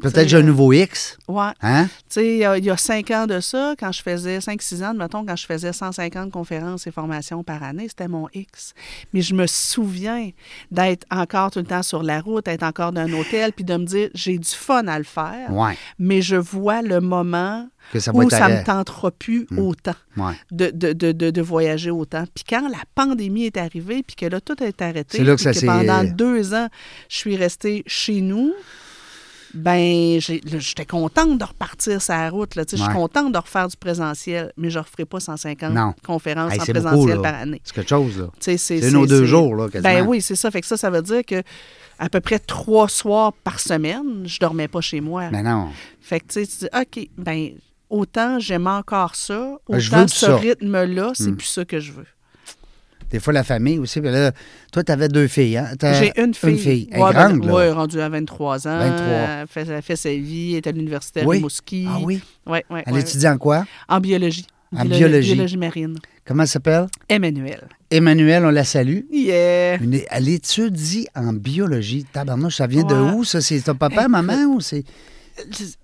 [SPEAKER 1] Peut-être
[SPEAKER 2] C'est-
[SPEAKER 1] j'ai un nouveau X.
[SPEAKER 2] Ouais.
[SPEAKER 1] Hein?
[SPEAKER 2] Tu sais, il y a- il y a cinq ans de ça, quand je faisais, cinq, six ans, mettons, quand je faisais 150 conférences et formations par année, c'était mon X. Mais je me souviens d'être encore tout le temps sur la route, d'être encore dans un hôtel, puis de me dire, j'ai du fun à le faire,
[SPEAKER 1] Ouais.
[SPEAKER 2] mais je vois le moment
[SPEAKER 1] Que ça va
[SPEAKER 2] où
[SPEAKER 1] être
[SPEAKER 2] ça
[SPEAKER 1] arrêt. Hmm.
[SPEAKER 2] me tentera plus autant
[SPEAKER 1] Ouais.
[SPEAKER 2] de, de, de, de, de voyager autant. Puis quand la pandémie est arrivée, puis que là, tout est arrêté,
[SPEAKER 1] C'est là que
[SPEAKER 2] puis
[SPEAKER 1] ça s'est-
[SPEAKER 2] pendant deux ans, je suis restée chez nous, ben j'ai- là, j'étais contente de repartir sur la route. Là, tu sais, Je
[SPEAKER 1] Ouais.
[SPEAKER 2] suis contente de refaire du présentiel, mais je ne referai pas 150
[SPEAKER 1] Non.
[SPEAKER 2] conférences
[SPEAKER 1] Hey,
[SPEAKER 2] en
[SPEAKER 1] c'est beaucoup,
[SPEAKER 2] présentiel
[SPEAKER 1] là.
[SPEAKER 2] par année.
[SPEAKER 1] C'est quelque chose, là.
[SPEAKER 2] Tu sais, C'est
[SPEAKER 1] C'est nos
[SPEAKER 2] c'est-
[SPEAKER 1] deux
[SPEAKER 2] c'est-
[SPEAKER 1] jours, là, quasiment.
[SPEAKER 2] Ben oui, c'est ça. Fait que ça, ça veut dire que à peu près trois soirs par semaine, je dormais pas chez moi.
[SPEAKER 1] Mais non.
[SPEAKER 2] Fait que tu sais, tu dis, OK, ben autant j'aime encore ça,
[SPEAKER 1] Ben,
[SPEAKER 2] autant
[SPEAKER 1] je veux
[SPEAKER 2] ce
[SPEAKER 1] ça. Hmm.
[SPEAKER 2] rythme-là, c'est plus ça que je veux.
[SPEAKER 1] Des fois, la famille aussi. Puis là, toi, t'avais deux filles, hein? T'as
[SPEAKER 2] J'ai une fille.
[SPEAKER 1] Une fille. Elle est
[SPEAKER 2] Ouais, ben,
[SPEAKER 1] grande, là.
[SPEAKER 2] ouais, rendue à 23 ans. euh,
[SPEAKER 1] 23.
[SPEAKER 2] Elle fait, elle fait sa vie, elle est à l'université à
[SPEAKER 1] Oui.
[SPEAKER 2] Rimouski.
[SPEAKER 1] Ah oui?
[SPEAKER 2] Ouais, ouais,
[SPEAKER 1] Elle
[SPEAKER 2] ouais,
[SPEAKER 1] étudie en quoi?
[SPEAKER 2] ouais. En biologie.
[SPEAKER 1] En
[SPEAKER 2] Biolo-
[SPEAKER 1] biologie.
[SPEAKER 2] marine.
[SPEAKER 1] Comment elle s'appelle?
[SPEAKER 2] Emmanuel.
[SPEAKER 1] Emmanuel, on la salue.
[SPEAKER 2] Yeah.
[SPEAKER 1] Une- elle étudie en biologie. Tabarnouche, ça vient de
[SPEAKER 2] Ouais.
[SPEAKER 1] où, ça? C'est ton papa, maman ou c'est...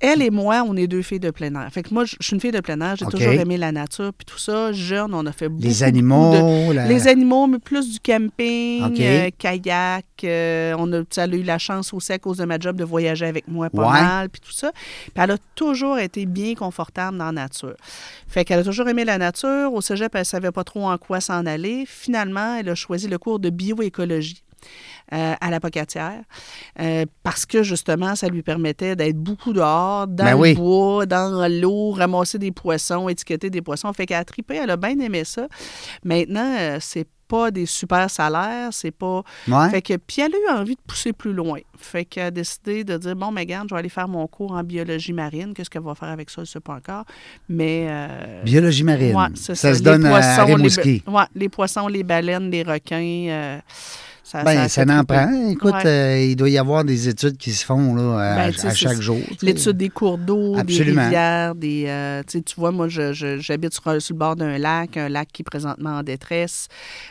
[SPEAKER 2] Elle et moi, on est deux filles de plein air. Fait que moi, je je suis une fille de plein air. J'ai
[SPEAKER 1] OK.
[SPEAKER 2] toujours aimé la nature, puis tout ça. Jeune, on a fait beaucoup,
[SPEAKER 1] Les
[SPEAKER 2] beaucoup de-
[SPEAKER 1] animaux, la-
[SPEAKER 2] Les animaux, mais plus du camping,
[SPEAKER 1] OK.
[SPEAKER 2] euh, kayak. euh, on a, tu sais, elle a eu la chance aussi à cause de ma job de voyager avec moi pas
[SPEAKER 1] Ouais.
[SPEAKER 2] mal, puis tout ça. Puis elle a toujours été bien confortable dans la nature. Fait qu'elle a toujours aimé la nature. Au cégep, elle savait pas trop en quoi s'en aller. Finalement, elle a choisi le cours de bioécologie. euh, à la pocatière, euh, parce que justement, ça lui permettait d'être beaucoup dehors, dans
[SPEAKER 1] Ben
[SPEAKER 2] le
[SPEAKER 1] oui.
[SPEAKER 2] bois, dans l'eau, ramasser des poissons, étiqueter des poissons. Fait qu'elle a trippé, elle a bien aimé ça. Maintenant, euh, c'est pas des super salaires, c'est pas...
[SPEAKER 1] Ouais.
[SPEAKER 2] Fait que, puis elle a eu envie de pousser plus loin. Fait qu'elle a décidé de dire, bon, mais garde, je vais aller faire mon cours en biologie marine. Qu'est-ce qu'elle va faire avec ça, je ne sais pas encore. Mais... euh,
[SPEAKER 1] Biologie marine.
[SPEAKER 2] ouais,
[SPEAKER 1] ça
[SPEAKER 2] c'est
[SPEAKER 1] se
[SPEAKER 2] Les
[SPEAKER 1] donne à- à,
[SPEAKER 2] poissons, les ba-
[SPEAKER 1] Rimouski.
[SPEAKER 2] ouais, les poissons, les baleines, les requins... euh, ça,
[SPEAKER 1] Ben,
[SPEAKER 2] a
[SPEAKER 1] ça,
[SPEAKER 2] fait
[SPEAKER 1] n'en
[SPEAKER 2] triper.
[SPEAKER 1] prend. Écoute,
[SPEAKER 2] Ouais.
[SPEAKER 1] euh, il doit y avoir des études qui se font là, à,
[SPEAKER 2] Ben, tu sais,
[SPEAKER 1] à
[SPEAKER 2] c'est-
[SPEAKER 1] chaque jour. tu sais.
[SPEAKER 2] L'étude des cours d'eau, des
[SPEAKER 1] Absolument.
[SPEAKER 2] rivières, des. euh, tu sais, tu vois, moi, je- je- j'habite sur, un- sur le bord d'un lac, un lac qui est présentement en détresse,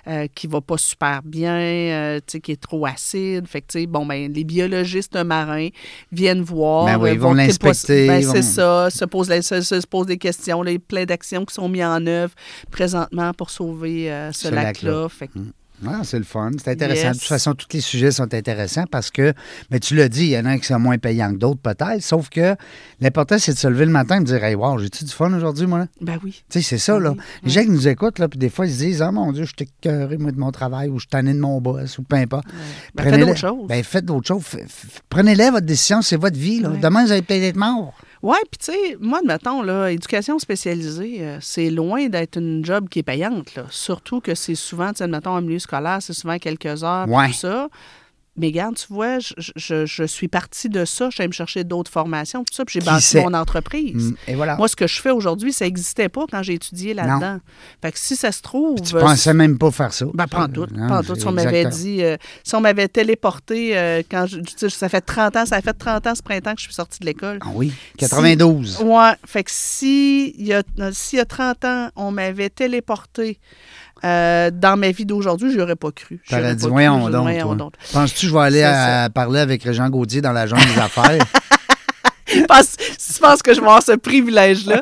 [SPEAKER 2] euh, qui va pas super bien, euh, tu sais, qui est trop acide. Fait que, tu sais, bon, ben, les biologistes marins viennent voir.
[SPEAKER 1] Ben oui,
[SPEAKER 2] euh,
[SPEAKER 1] ils vont
[SPEAKER 2] t'es pas-
[SPEAKER 1] l'inspecter,
[SPEAKER 2] ben,
[SPEAKER 1] ils vont-
[SPEAKER 2] c'est ça. Se posent, la- se, se posent des questions. là, Il y a plein d'actions qui sont mises en œuvre présentement pour sauver euh, ce,
[SPEAKER 1] Ce
[SPEAKER 2] lac-là.
[SPEAKER 1] lac-là.
[SPEAKER 2] Fait que-
[SPEAKER 1] Ah, c'est le fun, c'est intéressant.
[SPEAKER 2] Yes.
[SPEAKER 1] De toute façon, tous les sujets sont intéressants parce que, mais tu l'as dit, il y en a qui sont moins payants que d'autres peut-être, sauf que l'important, c'est de se lever le matin et de dire « Hey, wow, j'ai-tu du fun aujourd'hui, moi? là? »
[SPEAKER 2] ben oui.
[SPEAKER 1] Tu sais, c'est ça,
[SPEAKER 2] Ah
[SPEAKER 1] là.
[SPEAKER 2] oui,
[SPEAKER 1] Les gens qui nous écoutent, là, puis des fois, ils se disent « Ah, mon Dieu, je suis écœuré, moi, de mon travail, ou je suis tanné de mon boss, ou peu importe.
[SPEAKER 2] Ben, faites
[SPEAKER 1] Prenez-le-
[SPEAKER 2] d'autres choses.
[SPEAKER 1] Ben, faites d'autres choses. F- f- Prenez-les, votre décision, c'est votre vie, là.
[SPEAKER 2] Ouais.
[SPEAKER 1] Demain, vous allez peut-être être mort.
[SPEAKER 2] Oui, puis tu sais, moi, admettons, là, éducation spécialisée, euh, c'est loin d'être une job qui est payante. Là. Surtout que c'est souvent, tu sais, admettons, en milieu scolaire, c'est souvent quelques heures, puis
[SPEAKER 1] Ouais.
[SPEAKER 2] tout ça. Mais regarde, tu vois, je, je- je suis partie de ça, j'allais me chercher d'autres formations, tout ça, puis j'ai
[SPEAKER 1] Qui
[SPEAKER 2] bâti
[SPEAKER 1] sait?
[SPEAKER 2] mon entreprise.
[SPEAKER 1] Mm, Et voilà.
[SPEAKER 2] Moi, ce que je fais aujourd'hui, ça n'existait pas quand j'ai étudié là-dedans. Fait que si ça se trouve...
[SPEAKER 1] tu
[SPEAKER 2] euh,
[SPEAKER 1] pensais même pas faire ça.
[SPEAKER 2] ben, prends tout.
[SPEAKER 1] Non,
[SPEAKER 2] prends tout. Si on
[SPEAKER 1] exactement.
[SPEAKER 2] m'avait dit, euh, si on m'avait téléporté euh, quand je, tu sais, ça fait 30 ans, ça fait 30 ans ce printemps que je suis sortie de l'école.
[SPEAKER 1] Ah oui, 92.
[SPEAKER 2] Ouais, fait que si il y a, s'il y a 30 ans, on m'avait téléporté euh, dans ma vie d'aujourd'hui, je n'aurais pas cru. J'aurais
[SPEAKER 1] T'aurais dit,
[SPEAKER 2] pas cru,
[SPEAKER 1] voyons
[SPEAKER 2] j'aurais dit,
[SPEAKER 1] donc.
[SPEAKER 2] voyons
[SPEAKER 1] toi.
[SPEAKER 2] donc.
[SPEAKER 1] Penses-tu que je vais aller
[SPEAKER 2] C'est
[SPEAKER 1] à- parler avec Régent Gaudier dans la jungle des
[SPEAKER 2] (laughs)
[SPEAKER 1] affaires?
[SPEAKER 2] Je pense, je pense que je vais avoir
[SPEAKER 1] (laughs)
[SPEAKER 2] ce privilège-là.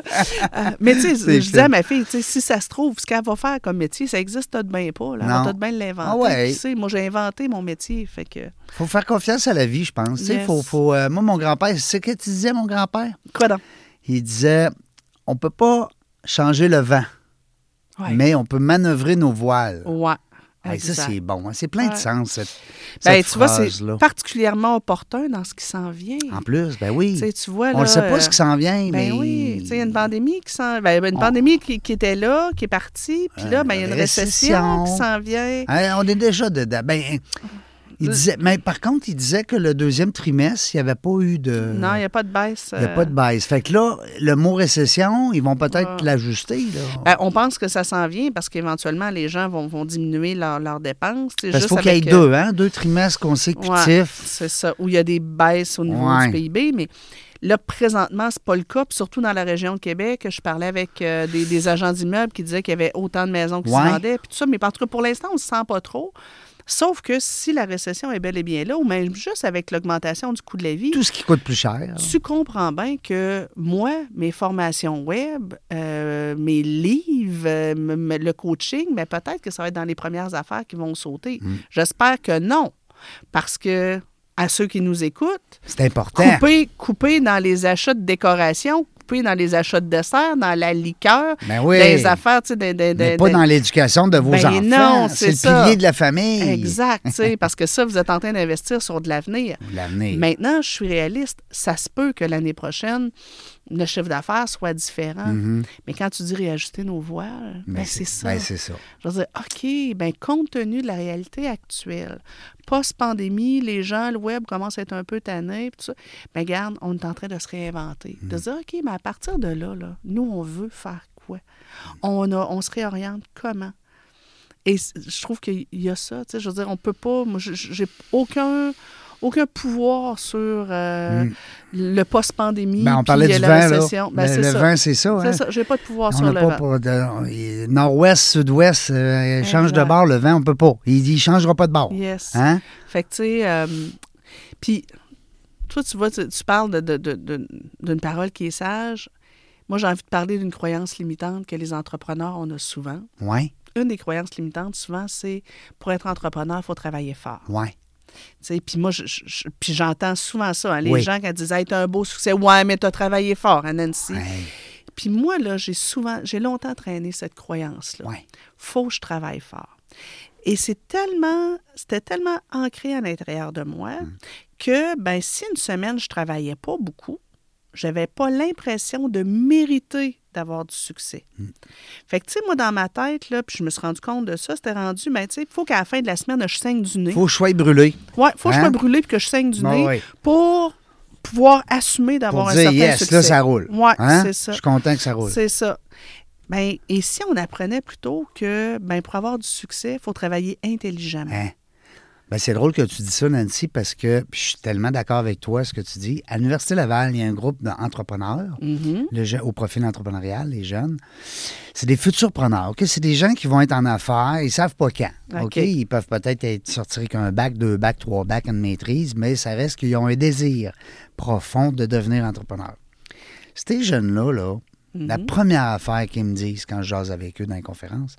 [SPEAKER 2] Euh, mais tu sais,
[SPEAKER 1] C'est
[SPEAKER 2] je dis à
[SPEAKER 1] fait.
[SPEAKER 2] ma fille, tu sais, si ça se trouve, ce qu'elle va faire comme métier, ça existe de bien pas. Là.
[SPEAKER 1] Non.
[SPEAKER 2] On t'a de bien l'inventer.
[SPEAKER 1] Ah ouais.
[SPEAKER 2] Tu sais, moi, j'ai inventé mon métier. Fait que,
[SPEAKER 1] faut faire confiance à la vie, je pense. Tu sais,
[SPEAKER 2] Yes.
[SPEAKER 1] Faut, faut, euh, moi, mon grand-père, c'est ce que tu disais, mon grand-père?
[SPEAKER 2] quoi donc?
[SPEAKER 1] Il disait, on peut pas changer le vent,
[SPEAKER 2] Ouais.
[SPEAKER 1] mais on peut manœuvrer nos voiles.
[SPEAKER 2] Ouais.
[SPEAKER 1] Hey, ça,
[SPEAKER 2] Exact.
[SPEAKER 1] c'est bon. hein. C'est plein de
[SPEAKER 2] Ouais.
[SPEAKER 1] sens, cette,
[SPEAKER 2] Ben,
[SPEAKER 1] cette
[SPEAKER 2] tu vois, c'est
[SPEAKER 1] phrase-là.
[SPEAKER 2] particulièrement opportun dans ce qui s'en vient.
[SPEAKER 1] En plus, ben oui.
[SPEAKER 2] Tu sais, tu vois,
[SPEAKER 1] On ne
[SPEAKER 2] là,
[SPEAKER 1] sait pas
[SPEAKER 2] euh,
[SPEAKER 1] ce qui s'en vient, mais...
[SPEAKER 2] Ben oui, tu sais, il y a une pandémie qui s'en... ben, ben, une pandémie qui, qui était là, qui est partie, puis là, ben, il y a une récession,
[SPEAKER 1] récession.
[SPEAKER 2] qui s'en vient.
[SPEAKER 1] Hein, on est déjà dedans. Ben, il disait, mais par contre, il disait que le deuxième trimestre, il n'y avait pas eu de...
[SPEAKER 2] non, il n'y a pas de baisse.
[SPEAKER 1] euh,
[SPEAKER 2] euh,
[SPEAKER 1] il n'y a pas de baisse. Fait que là, le mot récession, ils vont peut-être l'ajuster. là.
[SPEAKER 2] Ben, on pense que ça s'en vient parce qu'éventuellement, les gens vont, vont diminuer leur- leurs dépenses. tu sais,
[SPEAKER 1] Parce qu'il
[SPEAKER 2] juste
[SPEAKER 1] faut qu'il y ait
[SPEAKER 2] avec, euh,
[SPEAKER 1] deux, hein, deux trimestres
[SPEAKER 2] ouais,
[SPEAKER 1] consécutifs.
[SPEAKER 2] c'est ça, où il y a des baisses au niveau
[SPEAKER 1] Ouais.
[SPEAKER 2] du PIB, mais là, présentement, c'est pas le cas, puis surtout dans la région de Québec. Je parlais avec euh, des, des agents d'immeubles qui disaient qu'il y avait autant de maisons qui
[SPEAKER 1] Ouais.
[SPEAKER 2] se vendaient, puis tout ça, mais en tout cas, pour l'instant, on se sent pas trop. Sauf que si la récession est bel et bien là, ou même juste avec l'augmentation du coût de la vie,
[SPEAKER 1] Tout ce qui coûte plus cher.
[SPEAKER 2] tu comprends bien que moi, mes formations web, euh, mes livres, euh, m- m- le coaching, mais peut-être que ça va être dans les premières affaires qui vont sauter.
[SPEAKER 1] Mm.
[SPEAKER 2] J'espère que non, parce que à ceux qui nous écoutent,
[SPEAKER 1] C'est important.
[SPEAKER 2] couper, couper dans les achats de décoration, couper dans les achats de dessert, dans la liqueur,
[SPEAKER 1] Ben oui.
[SPEAKER 2] dans les affaires, tu sais, des- des-
[SPEAKER 1] Mais
[SPEAKER 2] des-
[SPEAKER 1] pas
[SPEAKER 2] des- (laughs)
[SPEAKER 1] dans l'éducation de vos
[SPEAKER 2] Ben
[SPEAKER 1] enfants.
[SPEAKER 2] non,
[SPEAKER 1] c'est
[SPEAKER 2] c'est
[SPEAKER 1] le
[SPEAKER 2] ça.
[SPEAKER 1] pilier de la famille.
[SPEAKER 2] Exact, tu sais, parce que ça, vous êtes en train d'investir sur de l'avenir.
[SPEAKER 1] L'avenir.
[SPEAKER 2] Maintenant, je suis réaliste. Ça se peut que l'année prochaine, le chiffre d'affaires soit différent. Mais quand tu dis réajuster nos voiles, ben,
[SPEAKER 1] Ben,
[SPEAKER 2] c'est ça.
[SPEAKER 1] ben, Mm-hmm. c'est ça.
[SPEAKER 2] je veux dire, OK, ben, compte tenu de la réalité actuelle, post-pandémie, les gens, le web commence à être un peu tanné, puis tout ça. Ben, garde, on est en train de se réinventer.
[SPEAKER 1] Mm.
[SPEAKER 2] De se dire, OK, mais à partir de là, là, nous, on veut faire quoi? On, a, on se réoriente comment? Et c- je trouve qu'il y a ça, tu sais, je veux dire, on peut pas, moi, j- j'ai aucun, aucun pouvoir sur euh, le post-pandémie.
[SPEAKER 1] Mm. Ben, on
[SPEAKER 2] puis
[SPEAKER 1] parlait du
[SPEAKER 2] la
[SPEAKER 1] vin, là.
[SPEAKER 2] récession. Ben,
[SPEAKER 1] le
[SPEAKER 2] c'est
[SPEAKER 1] le
[SPEAKER 2] ça.
[SPEAKER 1] vin, c'est ça. hein.
[SPEAKER 2] C'est ça, j'ai pas de pouvoir
[SPEAKER 1] On
[SPEAKER 2] sur
[SPEAKER 1] n'a
[SPEAKER 2] le
[SPEAKER 1] pas
[SPEAKER 2] vent.
[SPEAKER 1] pour de- euh, nord-ouest, sud-ouest, euh, il change de
[SPEAKER 2] Exact.
[SPEAKER 1] bord, le vent, on peut pas. Il dit, il changera pas de bord.
[SPEAKER 2] Yes.
[SPEAKER 1] Hein?
[SPEAKER 2] Fait que, tu sais, euh, puis, toi, tu vois, tu, tu parles de- de- de- de- d'une parole qui est sage. Moi, j'ai envie de parler d'une croyance limitante que les entrepreneurs, on a souvent.
[SPEAKER 1] Ouais,
[SPEAKER 2] Une des croyances limitantes, souvent, c'est pour être entrepreneur, il faut travailler fort.
[SPEAKER 1] ouais.
[SPEAKER 2] Tu sais, Puis moi, je- je- je- puis j'entends souvent ça. hein, les
[SPEAKER 1] Oui.
[SPEAKER 2] gens qui disent hey, « t'as un beau succès. Ouais, mais t'as travaillé fort, hein, Nancy.
[SPEAKER 1] Ouais,
[SPEAKER 2] Puis moi, là, j'ai souvent, j'ai longtemps traîné cette croyance-là.
[SPEAKER 1] Ouais.
[SPEAKER 2] Faut que je travaille fort. Et c'est tellement, c'était tellement ancré à l'intérieur de moi
[SPEAKER 1] Hum.
[SPEAKER 2] que, ben, si une semaine, je travaillais pas beaucoup, j'avais pas l'impression de mériter d'avoir du succès.
[SPEAKER 1] Hum.
[SPEAKER 2] Fait que, tu sais, moi, dans ma tête, là, puis je me suis rendu compte de ça, c'était rendu, ben, tu sais, il faut qu'à la fin de la semaine, je saigne du nez.
[SPEAKER 1] Faut que je sois brûlé.
[SPEAKER 2] Ouais, faut que
[SPEAKER 1] Hein?
[SPEAKER 2] je me brûle puis que je saigne du
[SPEAKER 1] Ben
[SPEAKER 2] nez
[SPEAKER 1] oui.
[SPEAKER 2] pour pouvoir assumer d'avoir
[SPEAKER 1] Pour
[SPEAKER 2] un
[SPEAKER 1] dire
[SPEAKER 2] certain
[SPEAKER 1] yes,
[SPEAKER 2] succès.
[SPEAKER 1] là, ça roule.
[SPEAKER 2] Ouais,
[SPEAKER 1] Hein?
[SPEAKER 2] c'est ça.
[SPEAKER 1] Je suis content que ça roule.
[SPEAKER 2] C'est ça. Ben, et si on apprenait plutôt que ben, pour avoir du succès, il faut travailler intelligemment.
[SPEAKER 1] Hein? Ben, c'est drôle que tu dis ça, Nancy, parce que puis je suis tellement d'accord avec toi, ce que tu dis. À l'Université Laval, il y a un groupe d'entrepreneurs le je- au profil entrepreneurial, les jeunes. C'est des futurs preneurs, OK? C'est des gens qui vont être en affaires, ils savent pas quand, OK?
[SPEAKER 2] OK.
[SPEAKER 1] Ils peuvent peut-être être sortir avec un bac, deux bacs, trois bacs, une maîtrise, mais ça reste qu'ils ont un désir profond de devenir entrepreneur. Ces jeunes-là, là,
[SPEAKER 2] Mhm.
[SPEAKER 1] la première affaire qu'ils me disent quand je jase avec eux dans les conférences,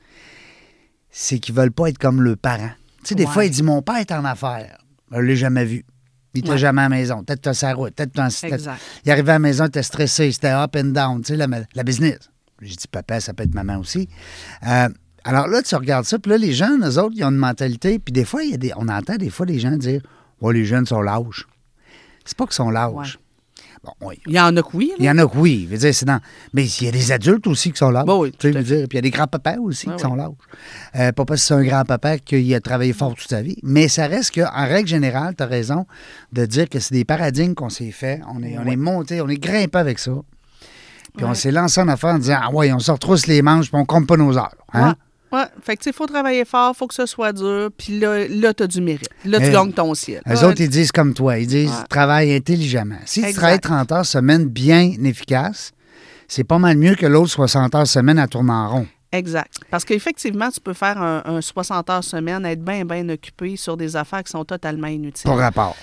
[SPEAKER 1] c'est qu'ils veulent pas être comme le parent. Tu sais, des
[SPEAKER 2] Ouais.
[SPEAKER 1] fois, ils disent Mon père est en affaires. Je l'ai jamais vu. Il était
[SPEAKER 2] Ouais.
[SPEAKER 1] jamais à la maison. Peut-être que sa route, peut-être que
[SPEAKER 2] Exact.
[SPEAKER 1] Il arrivait à la maison, il était stressé, c'était up and down, tu sais, la, la business. J'ai dit Papa, ça peut être maman aussi. Euh, alors là, tu regardes ça, puis là, les jeunes, eux autres, ils ont une mentalité. Puis des fois, il y a des, on entend des fois des gens dire Ouais, les jeunes sont lâches. C'est pas qu'ils sont lâches.
[SPEAKER 2] Ouais.
[SPEAKER 1] Bon, oui,
[SPEAKER 2] Eh. Il y en a que oui. là.
[SPEAKER 1] il y en a que oui. Je veux dire, c'est dans... Mais il y a des adultes aussi qui sont là.
[SPEAKER 2] Bah oui,
[SPEAKER 1] Tu sais,
[SPEAKER 2] tout à Bah
[SPEAKER 1] je veux dire, Puis il y a des grands-papas aussi
[SPEAKER 2] Ouais,
[SPEAKER 1] qui
[SPEAKER 2] ouais.
[SPEAKER 1] sont là. Euh, pas parce que c'est un grand-papa qui a travaillé fort toute sa vie. Mais ça reste qu'en règle générale, tu as raison de dire que c'est des paradigmes qu'on s'est fait. On est, on est monté, on est grimpé avec ça. Puis on
[SPEAKER 2] Ouais.
[SPEAKER 1] s'est lancé en affaire en disant Ah ouais, on se retrousse les manches, puis on compte pas nos heures. Hein?
[SPEAKER 2] Ouais. Ouais. Fait que, tu sais, faut travailler fort, faut que ce soit dur, puis là, là tu as du mérite. Là,
[SPEAKER 1] Mais-
[SPEAKER 2] tu gagnes ton ciel.
[SPEAKER 1] Eux
[SPEAKER 2] Ouais.
[SPEAKER 1] autres, ils disent comme toi. Ils disent
[SPEAKER 2] Ouais.
[SPEAKER 1] travaille intelligemment. Si tu
[SPEAKER 2] Exact.
[SPEAKER 1] travailles 30 heures semaine bien efficace, c'est pas mal mieux que l'autre 60 heures semaine à tourner en rond.
[SPEAKER 2] Exact. Parce qu'effectivement, tu peux faire un, un 60 heures semaine, être bien, bien occupé sur des affaires qui sont totalement inutiles.
[SPEAKER 1] Pas rapport.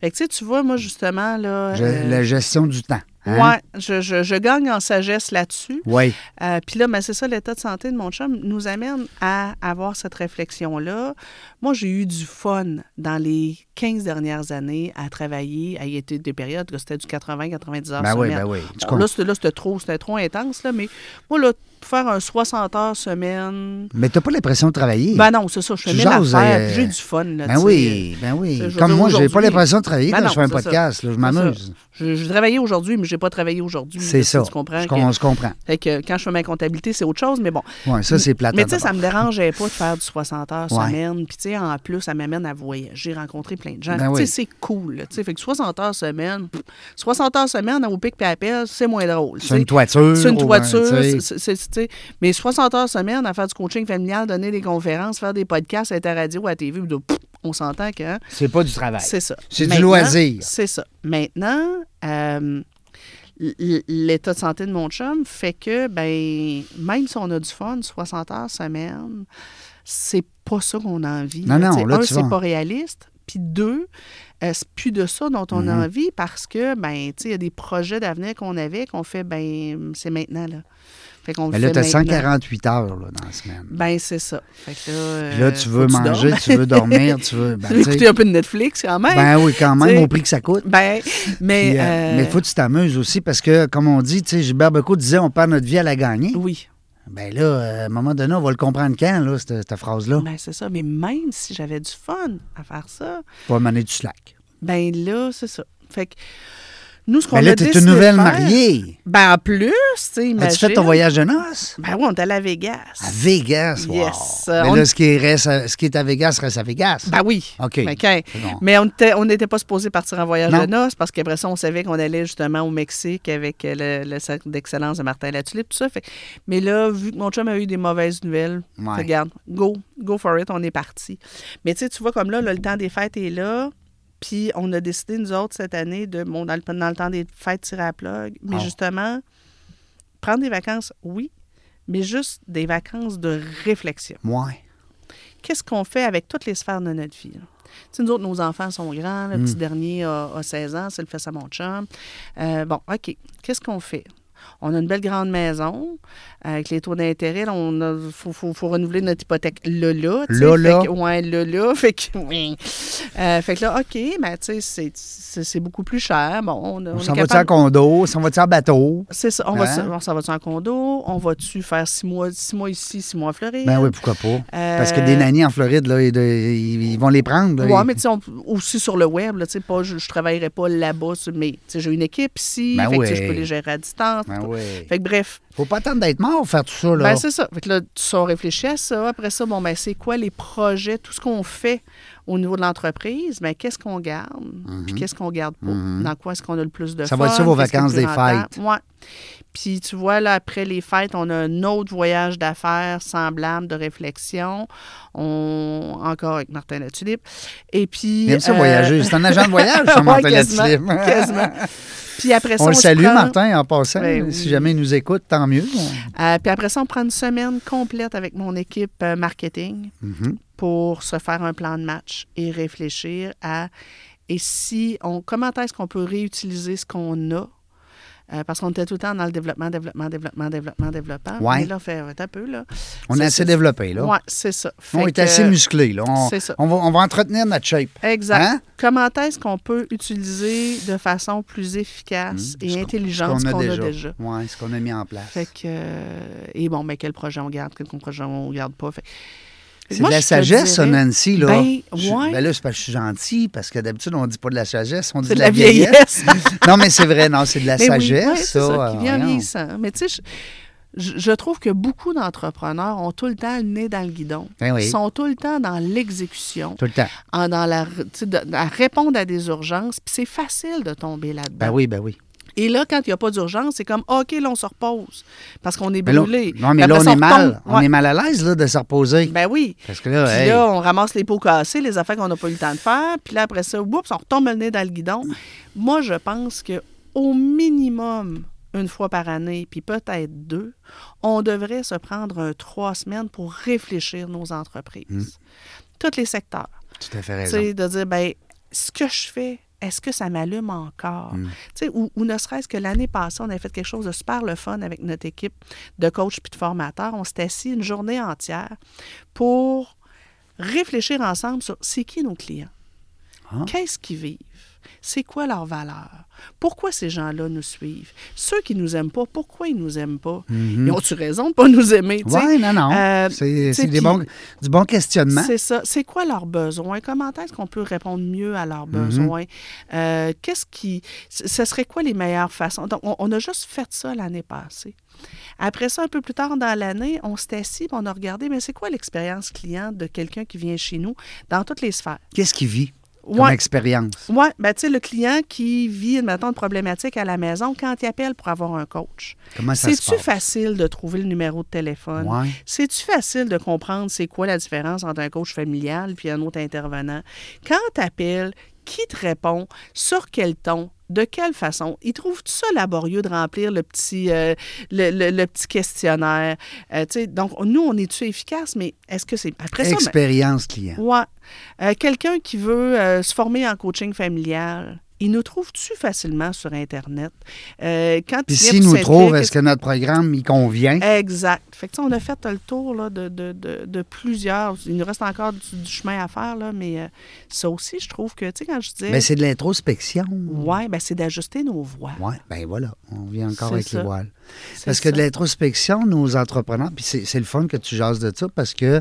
[SPEAKER 2] Fait que, tu sais, tu vois, moi, justement, là.
[SPEAKER 1] Je-
[SPEAKER 2] euh,
[SPEAKER 1] La gestion du temps. hein?
[SPEAKER 2] ouais, je- je- je gagne en sagesse là-dessus.
[SPEAKER 1] Oui.
[SPEAKER 2] Euh, Puis là, ben, c'est ça, l'état de santé de mon chum nous amène à avoir cette réflexion-là. Moi, j'ai eu du fun dans les 15 dernières années à travailler. Il y a été des périodes que c'était du 80-90 heures
[SPEAKER 1] Ben oui,
[SPEAKER 2] semaine.
[SPEAKER 1] ben oui, tu
[SPEAKER 2] Bon,
[SPEAKER 1] comprends.
[SPEAKER 2] là, c'était là, c'était trop, c'était trop intense, là, mais moi, là, peux faire un 60 heures semaine.
[SPEAKER 1] Mais t'as pas l'impression de travailler.
[SPEAKER 2] Ben non, c'est ça, je fais
[SPEAKER 1] Tu
[SPEAKER 2] mille
[SPEAKER 1] jases,
[SPEAKER 2] affaires,
[SPEAKER 1] euh,
[SPEAKER 2] puis j'ai du fun. Là,
[SPEAKER 1] ben
[SPEAKER 2] tu sais.
[SPEAKER 1] oui, ben oui.
[SPEAKER 2] tu sais, je veux
[SPEAKER 1] Comme
[SPEAKER 2] dire,
[SPEAKER 1] moi, j'ai pas
[SPEAKER 2] aujourd'hui-
[SPEAKER 1] l'impression de travailler
[SPEAKER 2] Ben
[SPEAKER 1] quand
[SPEAKER 2] non,
[SPEAKER 1] je fais un
[SPEAKER 2] c'est ça.
[SPEAKER 1] podcast. là, je
[SPEAKER 2] C'est ça.
[SPEAKER 1] m'amuse.
[SPEAKER 2] Je, je travaillais aujourd'hui, mais j'ai pas travaillé aujourd'hui.
[SPEAKER 1] C'est
[SPEAKER 2] là,
[SPEAKER 1] ça.
[SPEAKER 2] Tu comprends?
[SPEAKER 1] Je
[SPEAKER 2] que-
[SPEAKER 1] com- On se comprend.
[SPEAKER 2] Fait que quand je fais ma comptabilité, c'est autre chose, mais bon.
[SPEAKER 1] Ouais, ça, c'est plate. hein,
[SPEAKER 2] Mais tu sais, ça
[SPEAKER 1] d'abord.
[SPEAKER 2] me dérangeait pas de faire du 60 heures
[SPEAKER 1] Ouais.
[SPEAKER 2] semaine. Puis tu sais, en plus, ça m'amène à voyager, rencontrer plein de gens.
[SPEAKER 1] Ben
[SPEAKER 2] tu sais,
[SPEAKER 1] oui.
[SPEAKER 2] c'est cool. là, Tu sais, fait que 60 heures semaine, pff, 60 heures semaine, au pic puis à la pelle, c'est moins drôle. tu
[SPEAKER 1] C'est
[SPEAKER 2] sais.
[SPEAKER 1] une toiture.
[SPEAKER 2] C'est une
[SPEAKER 1] ou ben,
[SPEAKER 2] toiture.
[SPEAKER 1] tu sais.
[SPEAKER 2] c'est- c'est- c'est- tu sais, mais 60 heures semaine à faire du coaching familial, donner des conférences, faire des podcasts, être à la radio, à la TV, de- pff, on s'entend que hein,
[SPEAKER 1] C'est pas du travail.
[SPEAKER 2] c'est ça.
[SPEAKER 1] C'est du
[SPEAKER 2] Maintenant,
[SPEAKER 1] loisir.
[SPEAKER 2] C'est ça. Maintenant, euh, l- l- l'état de santé de mon chum fait que, ben, même si on a du fun, 60 heures semaine, c'est pas ça qu'on a envie.
[SPEAKER 1] Non, non,
[SPEAKER 2] Tu sais,
[SPEAKER 1] là,
[SPEAKER 2] un,
[SPEAKER 1] tu vas-
[SPEAKER 2] c'est pas réaliste. Puis deux, euh, c'est plus de ça dont on
[SPEAKER 1] Mm-hmm.
[SPEAKER 2] a envie parce que, ben, tu sais, il y a des projets d'avenir qu'on avait qu'on fait, ben, c'est maintenant, là. Fait qu'on le
[SPEAKER 1] Mais Ben, là,
[SPEAKER 2] fait
[SPEAKER 1] tu as
[SPEAKER 2] maintenant.
[SPEAKER 1] 148 heures là, dans la semaine.
[SPEAKER 2] Ben, c'est ça. Fait que là,
[SPEAKER 1] Puis là,
[SPEAKER 2] euh,
[SPEAKER 1] tu
[SPEAKER 2] faut
[SPEAKER 1] veux
[SPEAKER 2] que
[SPEAKER 1] manger,
[SPEAKER 2] dormes.
[SPEAKER 1] tu veux
[SPEAKER 2] (laughs)
[SPEAKER 1] dormir, tu veux. Ben,
[SPEAKER 2] Tu veux
[SPEAKER 1] tu sais,
[SPEAKER 2] écouter un peu de Netflix quand même.
[SPEAKER 1] ben oui, quand
[SPEAKER 2] tu
[SPEAKER 1] même,
[SPEAKER 2] sais.
[SPEAKER 1] au prix que ça coûte.
[SPEAKER 2] Ben, mais.
[SPEAKER 1] Puis, euh,
[SPEAKER 2] euh,
[SPEAKER 1] Mais il faut que tu t'amuses aussi parce que, comme on dit, tu sais, Gilbert Becaud disait on perd notre vie à la gagner.
[SPEAKER 2] Oui,
[SPEAKER 1] Ben là, euh, à un moment donné, on va le comprendre quand, là, cette, cette phrase-là.
[SPEAKER 2] ben c'est ça. Mais même si j'avais du fun à faire ça,
[SPEAKER 1] Faut amener du slack.
[SPEAKER 2] ben là, c'est ça. Fait que nous, ce qu'on
[SPEAKER 1] Mais
[SPEAKER 2] a
[SPEAKER 1] là, t'es
[SPEAKER 2] décidé
[SPEAKER 1] une
[SPEAKER 2] de
[SPEAKER 1] nouvelle
[SPEAKER 2] faire-
[SPEAKER 1] mariée.
[SPEAKER 2] Ben en plus, tu sais,
[SPEAKER 1] As-tu
[SPEAKER 2] imagine.
[SPEAKER 1] fait ton voyage de noces?
[SPEAKER 2] Ben oui, on est allé à
[SPEAKER 1] À
[SPEAKER 2] Vegas.
[SPEAKER 1] Vegas, wow.
[SPEAKER 2] Yes.
[SPEAKER 1] Mais
[SPEAKER 2] On-
[SPEAKER 1] là, ce qui, est reste à- ce qui est à Vegas reste à Vegas.
[SPEAKER 2] Ben oui.
[SPEAKER 1] OK. bon.
[SPEAKER 2] Mais on était- on n'était pas supposé partir en voyage
[SPEAKER 1] Non.
[SPEAKER 2] de noces parce qu'après ça, on savait qu'on allait justement au Mexique avec euh, le, le cercle d'excellence de Martin Latulippe, tout ça. Fait- Mais là, vu que mon chum a eu des mauvaises nouvelles,
[SPEAKER 1] Ouais.
[SPEAKER 2] regarde, go, go for it, on est parti. Mais tu sais, tu vois, comme là, là, le temps des fêtes est là. Puis on a décidé, nous autres, cette année, de, bon, dans, le, dans le temps des fêtes, tirer à la plug. Mais
[SPEAKER 1] Ah.
[SPEAKER 2] justement, prendre des vacances, oui, mais juste des vacances de réflexion
[SPEAKER 1] Ouais.
[SPEAKER 2] qu'est-ce qu'on fait avec toutes les sphères de notre vie? là? Tu sais, nous autres, nos enfants sont grands.
[SPEAKER 1] Mm.
[SPEAKER 2] Le petit dernier a, a 16 ans, c'est le fils à mon chum. Euh, bon, OK. Qu'est-ce qu'on fait? On a une belle grande maison euh, avec les taux d'intérêt. Il faut, faut- faut renouveler notre hypothèque là, là. tu sais.
[SPEAKER 1] Là, là.
[SPEAKER 2] Fait que- ouais, là, là. (laughs) Fait que, oui. Euh, fait que là, OK, mais tu sais, c'est- c'est c'est beaucoup plus cher. Bon, on, on
[SPEAKER 1] On
[SPEAKER 2] est
[SPEAKER 1] s'en va-tu en
[SPEAKER 2] capable-
[SPEAKER 1] condo? On s'en va-tu en bateau?
[SPEAKER 2] C'est ça. On va
[SPEAKER 1] Hein?
[SPEAKER 2] on s'en va-tu en condo? On va-tu faire six mois, six mois ici, six mois à Floride?
[SPEAKER 1] Ben oui, pourquoi pas? Parce que
[SPEAKER 2] Euh,
[SPEAKER 1] des nannies en Floride, là, ils, ils- ils vont les prendre. là.
[SPEAKER 2] Oui,
[SPEAKER 1] Ils-
[SPEAKER 2] mais tu sais, on- aussi sur le web, là, tu sais, pas, je ne travaillerai pas là-bas, sur- mais tu sais, j'ai une équipe ici,
[SPEAKER 1] Ben
[SPEAKER 2] fait que, tu sais,
[SPEAKER 1] ouais.
[SPEAKER 2] je peux les gérer à distance.
[SPEAKER 1] Ben oui.
[SPEAKER 2] Fait que bref,
[SPEAKER 1] Faut pas attendre d'être mort pour faire tout ça, là.
[SPEAKER 2] ben, c'est ça. Fait que là, tu on réfléchit à ça. Après ça, bon, ben, c'est quoi les projets, tout ce qu'on fait au niveau de l'entreprise, ben, qu'est-ce qu'on garde, puis qu'est-ce qu'on garde pas, dans quoi est-ce qu'on a le plus de
[SPEAKER 1] Mhm. Ça va être
[SPEAKER 2] fun,
[SPEAKER 1] ça, vos
[SPEAKER 2] qu'est-ce qui est le
[SPEAKER 1] vacances
[SPEAKER 2] plus
[SPEAKER 1] des
[SPEAKER 2] rentable.
[SPEAKER 1] fêtes.
[SPEAKER 2] Ouais. Puis tu vois, là, après les fêtes, on a un autre voyage d'affaires semblable de réflexion. On... Encore avec Martin Latulippe. Et puis.
[SPEAKER 1] Il aime ça
[SPEAKER 2] euh,
[SPEAKER 1] voyager. C'est un agent de
[SPEAKER 2] (laughs)
[SPEAKER 1] voyage, ça,
[SPEAKER 2] Ouais,
[SPEAKER 1] Martin
[SPEAKER 2] quasiment,
[SPEAKER 1] Latulippe. (laughs)
[SPEAKER 2] quasiment. Puis après ça,
[SPEAKER 1] On le
[SPEAKER 2] se
[SPEAKER 1] salue,
[SPEAKER 2] prend-
[SPEAKER 1] Martin, en passant.
[SPEAKER 2] Ben
[SPEAKER 1] Si
[SPEAKER 2] oui.
[SPEAKER 1] jamais il nous écoute, tant mieux.
[SPEAKER 2] Euh, puis après ça, on prend une semaine complète avec mon équipe euh, marketing
[SPEAKER 1] Mhm.
[SPEAKER 2] pour se faire un plan de match et réfléchir à et si on comment est-ce qu'on peut réutiliser ce qu'on a Euh, parce qu'on était tout le temps dans le développement, développement, développement, développement, développement.
[SPEAKER 1] Ouais.
[SPEAKER 2] Mais là, on fait attends un peu là.
[SPEAKER 1] On est
[SPEAKER 2] Ça,
[SPEAKER 1] assez
[SPEAKER 2] c'est-
[SPEAKER 1] développé, là.
[SPEAKER 2] Ouais, c'est ça.
[SPEAKER 1] on
[SPEAKER 2] Fait
[SPEAKER 1] est
[SPEAKER 2] que-
[SPEAKER 1] assez musclé, là. On,
[SPEAKER 2] c'est ça.
[SPEAKER 1] on va, on va entretenir notre shape.
[SPEAKER 2] Exact.
[SPEAKER 1] Hein?
[SPEAKER 2] Comment est-ce qu'on peut utiliser de façon plus efficace
[SPEAKER 1] Hmm. Ce
[SPEAKER 2] et
[SPEAKER 1] qu'on-
[SPEAKER 2] intelligente ce qu'on a déjà.
[SPEAKER 1] Ouais, ce qu'on a mis en place.
[SPEAKER 2] Fait que. euh, et bon, mais quel projet on garde, quel projet on garde pas. Fait-
[SPEAKER 1] C'est
[SPEAKER 2] Moi,
[SPEAKER 1] de la
[SPEAKER 2] je te
[SPEAKER 1] sagesse, ça,
[SPEAKER 2] dirais-
[SPEAKER 1] Nancy, là.
[SPEAKER 2] Ben,
[SPEAKER 1] Je-
[SPEAKER 2] ouais.
[SPEAKER 1] ben là, c'est parce que je suis gentil, parce que d'habitude, on dit pas de la sagesse, on dit
[SPEAKER 2] C'est de la vieillesse.
[SPEAKER 1] non, mais c'est vrai, non, c'est de
[SPEAKER 2] (laughs)
[SPEAKER 1] la
[SPEAKER 2] Mais oui,
[SPEAKER 1] sagesse,
[SPEAKER 2] ouais, c'est
[SPEAKER 1] ça.
[SPEAKER 2] ça,
[SPEAKER 1] euh,
[SPEAKER 2] qui vient en
[SPEAKER 1] voyons.
[SPEAKER 2] vieillissant. Mais tu sais, je, je- je trouve que beaucoup d'entrepreneurs ont tout le temps le nez dans le guidon.
[SPEAKER 1] Ben oui.
[SPEAKER 2] Ils sont tout le temps dans l'exécution,
[SPEAKER 1] Tout le temps.
[SPEAKER 2] en- dans la, tu sais, de- à répondre à des urgences. Puis c'est facile de tomber là-dedans.
[SPEAKER 1] Ben oui, ben oui.
[SPEAKER 2] Et là, quand il n'y a pas d'urgence, c'est comme OK, là, on se repose parce qu'on
[SPEAKER 1] Mais
[SPEAKER 2] est
[SPEAKER 1] Ben là,
[SPEAKER 2] brûlé.
[SPEAKER 1] non, mais
[SPEAKER 2] Puis
[SPEAKER 1] là, on
[SPEAKER 2] après ça,
[SPEAKER 1] est mal.
[SPEAKER 2] retombe.
[SPEAKER 1] On
[SPEAKER 2] Ouais.
[SPEAKER 1] est mal à l'aise, là, de se reposer.
[SPEAKER 2] Ben oui.
[SPEAKER 1] Parce que là,
[SPEAKER 2] Puis
[SPEAKER 1] hey,
[SPEAKER 2] là, on ramasse les pots cassés, les affaires qu'on n'a pas eu le temps de faire. Puis là, après ça, oups, on retombe le nez dans le guidon. Moi, je pense que au minimum, une fois par année, puis peut-être deux, on devrait se prendre un trois semaines pour réfléchir nos entreprises. Tous les secteurs.
[SPEAKER 1] tu as fait
[SPEAKER 2] Tu
[SPEAKER 1] raison.
[SPEAKER 2] sais, de dire, ben ce que je fais, est-ce que ça m'allume encore?
[SPEAKER 1] Mm.
[SPEAKER 2] Tu sais, Ou, ou ne serait-ce que l'année passée, on avait fait quelque chose de super le fun avec notre équipe de coachs puis de formateurs. On s'est assis une journée entière pour réfléchir ensemble sur c'est qui nos clients?
[SPEAKER 1] Ah.
[SPEAKER 2] Qu'est-ce qu'ils vivent? C'est quoi leur valeur? Pourquoi ces gens-là nous suivent? Ceux qui nous aiment pas, pourquoi ils nous aiment pas? Ils ont-tu raison de pas nous aimer? tu sais?
[SPEAKER 1] Oui, Mm-hmm. non, non.
[SPEAKER 2] Euh,
[SPEAKER 1] c'est
[SPEAKER 2] tu sais,
[SPEAKER 1] c'est des
[SPEAKER 2] puis-
[SPEAKER 1] bons- du bon questionnement.
[SPEAKER 2] c'est ça. C'est quoi leurs besoins? Comment est-ce qu'on peut répondre mieux à leurs
[SPEAKER 1] Mm-hmm.
[SPEAKER 2] besoins? Euh, Qu'est-ce qui. c- Ce serait quoi les meilleures façons? Donc, on, on a juste fait ça l'année passée. Après ça, un peu plus tard dans l'année, on s'est assis puis on a regardé, mais c'est quoi l'expérience client de quelqu'un qui vient chez nous dans toutes les sphères?
[SPEAKER 1] Qu'est-ce qu'il vit comme
[SPEAKER 2] Ouais.
[SPEAKER 1] expérience?
[SPEAKER 2] Oui, ben, tu sais, le client qui vit, maintenant une problématique à la maison, quand il appelle pour avoir un coach,
[SPEAKER 1] Comment ça se
[SPEAKER 2] c'est-tu
[SPEAKER 1] passe?
[SPEAKER 2] facile de trouver le numéro de téléphone?
[SPEAKER 1] Ouais.
[SPEAKER 2] C'est-tu facile de comprendre c'est quoi la différence entre un coach familial puis un autre intervenant? Quand t'appelles, qui te répond? Sur quel ton? De quelle façon? Ils trouvent ça laborieux de remplir le petit, euh, le, le- le petit questionnaire? Euh, tu sais, donc, nous, on est-tu efficace, mais est-ce que c'est... Après ça, ben-
[SPEAKER 1] Expérience client.
[SPEAKER 2] Ouais. Euh, Quelqu'un qui veut euh, se former en coaching familial, il nous trouve-tu facilement sur Internet? Euh, quand
[SPEAKER 1] Puis
[SPEAKER 2] il vient
[SPEAKER 1] s'il
[SPEAKER 2] pour
[SPEAKER 1] nous
[SPEAKER 2] s'inscrire,
[SPEAKER 1] trouve,
[SPEAKER 2] qu'est-ce Eh
[SPEAKER 1] est-ce que notre programme y convient?
[SPEAKER 2] Exact. Fait que, tu sais, on a fait euh, le tour là, de, de- de- de plusieurs. Il nous reste encore du, du chemin à faire, là, mais euh, ça aussi, je trouve que, tu sais, quand je dis.
[SPEAKER 1] Ben, c'est de l'introspection.
[SPEAKER 2] ouais, ben, c'est d'ajuster nos voix.
[SPEAKER 1] Oui, ben voilà, on vient encore
[SPEAKER 2] C'est
[SPEAKER 1] avec
[SPEAKER 2] ça.
[SPEAKER 1] les voiles.
[SPEAKER 2] C'est
[SPEAKER 1] Parce que
[SPEAKER 2] ça.
[SPEAKER 1] de l'introspection, nos entrepreneurs, puis c'est c'est le fun que tu jases de ça parce que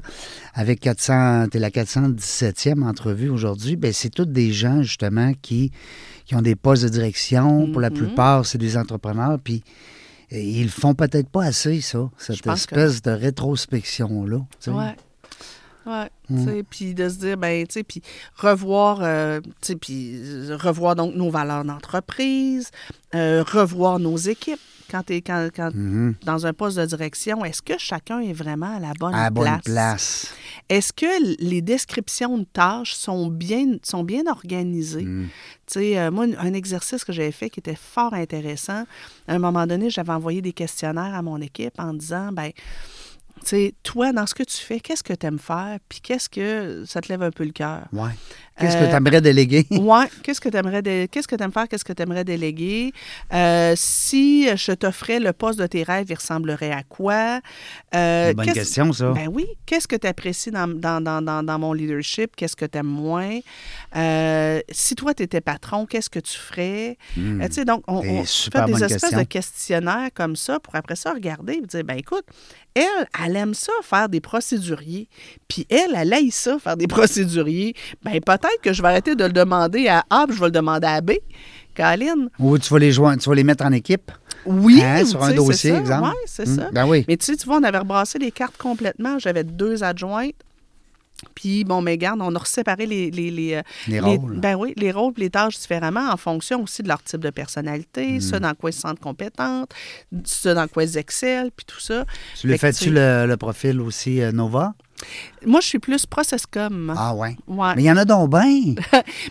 [SPEAKER 1] avec 400, t'es la 417e entrevue aujourd'hui, ben c'est toutes des gens justement qui, qui ont des postes de direction. Pour la
[SPEAKER 2] Mhm.
[SPEAKER 1] plupart, c'est des entrepreneurs, puis euh, ils le font peut-être pas assez, ça, cette
[SPEAKER 2] pense que
[SPEAKER 1] espèce de rétrospection-là. tu sais.
[SPEAKER 2] Ouais. Ouais,
[SPEAKER 1] Mm.
[SPEAKER 2] tu sais, puis de se dire, ben, tu sais, puis revoir, euh, tu sais, puis euh, revoir donc nos valeurs d'entreprise, euh, revoir nos équipes. Quand tu es quand, quand
[SPEAKER 1] Mhm.
[SPEAKER 2] dans un poste de direction, est-ce que chacun est vraiment à la bonne
[SPEAKER 1] À la bonne
[SPEAKER 2] place?
[SPEAKER 1] place.
[SPEAKER 2] Est-ce que l- les descriptions de tâches sont bien, sont bien organisées?
[SPEAKER 1] Mm.
[SPEAKER 2] Tu sais, euh, moi, un exercice que j'avais fait qui était fort intéressant, à un moment donné, j'avais envoyé des questionnaires à mon équipe en disant, ben tu sais, toi, dans ce que tu fais, qu'est-ce que tu aimes faire? Puis qu'est-ce que ça te lève un peu
[SPEAKER 1] (laughs)
[SPEAKER 2] le cœur?
[SPEAKER 1] Ouais. Qu'est-ce
[SPEAKER 2] Euh,
[SPEAKER 1] que tu aimerais déléguer?
[SPEAKER 2] Ouais, qu'est-ce que t'aimerais dé- qu'est-ce que t'aimes faire, qu'est-ce que t'aimerais déléguer Euh, si je t'offrais le poste de tes rêves, il ressemblerait à quoi Euh,
[SPEAKER 1] Une bonne
[SPEAKER 2] qu'est-ce-
[SPEAKER 1] question, ça.
[SPEAKER 2] Ben oui, qu'est-ce que t'apprécies dans, dans, dans, dans, dans mon leadership, qu'est-ce que t'aimes moins Euh, si toi t'étais patron, qu'est-ce que tu ferais Euh, Tu sais donc on,
[SPEAKER 1] Et
[SPEAKER 2] on
[SPEAKER 1] Hmm. super
[SPEAKER 2] fait des
[SPEAKER 1] bonne
[SPEAKER 2] espèces
[SPEAKER 1] question.
[SPEAKER 2] de questionnaires comme ça pour après ça regarder et dire ben écoute, elle, elle aime ça faire des procéduriers, puis elle, elle aille ça faire des (laughs) procéduriers. Ben peut-être que je vais arrêter de le demander à A, puis je vais le demander à B. Caroline,
[SPEAKER 1] Ou tu vas les joindre, tu vas les mettre en équipe?
[SPEAKER 2] oui,
[SPEAKER 1] Hein,
[SPEAKER 2] ou
[SPEAKER 1] sur
[SPEAKER 2] tu
[SPEAKER 1] un
[SPEAKER 2] sais,
[SPEAKER 1] dossier,
[SPEAKER 2] c'est ça,
[SPEAKER 1] exemple.
[SPEAKER 2] ouais, c'est
[SPEAKER 1] Mm.
[SPEAKER 2] ça.
[SPEAKER 1] Ben oui.
[SPEAKER 2] Mais tu sais, tu vois, on avait rebrassé les cartes complètement. J'avais deux adjointes. Puis, bon, mais garde, on a séparé les, les, les, euh,
[SPEAKER 1] Les rôles.
[SPEAKER 2] Ben oui, les rôles puis les tâches différemment en fonction aussi de leur type de
[SPEAKER 1] Hmm.
[SPEAKER 2] personnalité, ce dans quoi ils se sentent compétentes, ce dans quoi ils excellent, puis tout ça.
[SPEAKER 1] Tu lui
[SPEAKER 2] Fait que,
[SPEAKER 1] fais-tu le, le profil aussi euh, Nova?
[SPEAKER 2] sais, Moi, je suis plus processcom.
[SPEAKER 1] Ah ouais.
[SPEAKER 2] Ouais.
[SPEAKER 1] Mais il y en a donc
[SPEAKER 2] (laughs)
[SPEAKER 1] bien.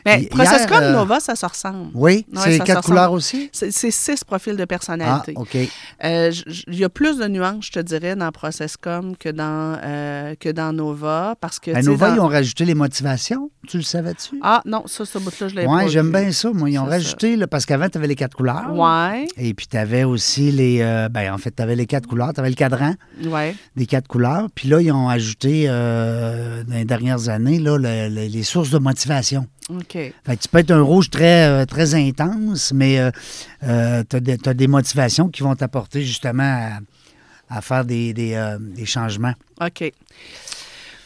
[SPEAKER 2] Mais
[SPEAKER 1] Hi-
[SPEAKER 2] processcom,
[SPEAKER 1] hier, euh,
[SPEAKER 2] Nova, ça se ressemble.
[SPEAKER 1] Oui,
[SPEAKER 2] Ouais,
[SPEAKER 1] c'est
[SPEAKER 2] ça
[SPEAKER 1] quatre
[SPEAKER 2] ressemble.
[SPEAKER 1] couleurs aussi?
[SPEAKER 2] C'est c'est six profils de
[SPEAKER 1] Ah,
[SPEAKER 2] personnalité.
[SPEAKER 1] OK.
[SPEAKER 2] Euh, j- j- Il y a plus de nuances, je te dirais, dans Processcom que dans, euh, que dans Nova. Parce que,
[SPEAKER 1] À
[SPEAKER 2] tu sais,
[SPEAKER 1] Ben, Nova,
[SPEAKER 2] dans-
[SPEAKER 1] ils ont rajouté les motivations. Tu le savais-tu?
[SPEAKER 2] Ah non, ça, ce bout-là, je l'ai pas
[SPEAKER 1] oui, j'aime
[SPEAKER 2] vu.
[SPEAKER 1] bien ça. Moi, ils ont
[SPEAKER 2] C'est
[SPEAKER 1] rajouté, là, parce qu'avant, tu avais les quatre couleurs.
[SPEAKER 2] Ouais,
[SPEAKER 1] Et puis, tu avais aussi les. euh, ben, en fait, tu avais les quatre couleurs. Tu avais le cadran
[SPEAKER 2] ouais.
[SPEAKER 1] des quatre couleurs. Puis là, ils ont ajouté, euh, dans les dernières années, là, le- le- les sources de motivation.
[SPEAKER 2] OK.
[SPEAKER 1] Fait que tu peux être un rouge très, euh, très intense, mais tu as, des motivations qui vont t'apporter justement à, à faire des, des, euh, des changements.
[SPEAKER 2] OK.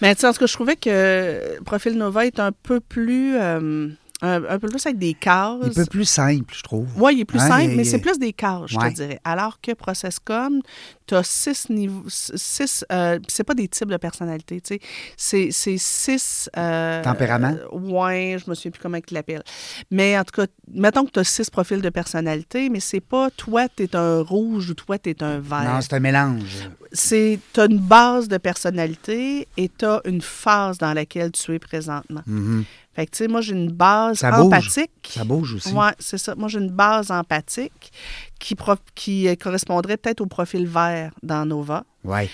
[SPEAKER 2] Mais tu sais, en tout cas, je trouvais que Profil Nova est un peu plus. euh, un, un peu plus avec des
[SPEAKER 1] Un
[SPEAKER 2] cases.
[SPEAKER 1] peu plus simple, je trouve.
[SPEAKER 2] Oui, il est plus
[SPEAKER 1] Hein,
[SPEAKER 2] simple,
[SPEAKER 1] il-
[SPEAKER 2] mais
[SPEAKER 1] il-
[SPEAKER 2] c'est plus des cases, je
[SPEAKER 1] Ouais.
[SPEAKER 2] te dirais. Alors que Processcom, tu as six niveaux. Six, euh, pis c'est pas des types de personnalités, tu sais. C'est- C'est six. euh,
[SPEAKER 1] Tempéraments?
[SPEAKER 2] euh, ouais, je me souviens plus comment ils l'appellent. Mais en tout cas, mettons que tu as six profils de personnalité, mais c'est pas toi, tu es un rouge ou toi, tu es un vert
[SPEAKER 1] Non, c'est un mélange.
[SPEAKER 2] c'est tu as une base de personnalité et tu as une phase dans laquelle tu es présentement.
[SPEAKER 1] Mhm.
[SPEAKER 2] Fait que, tu sais, moi, j'ai une base
[SPEAKER 1] Ça bouge.
[SPEAKER 2] empathique.
[SPEAKER 1] Ça bouge aussi.
[SPEAKER 2] Ouais, c'est ça. Moi, j'ai une base empathique qui, pro- qui euh, correspondrait peut-être au profil vert dans Nova.
[SPEAKER 1] Ouais.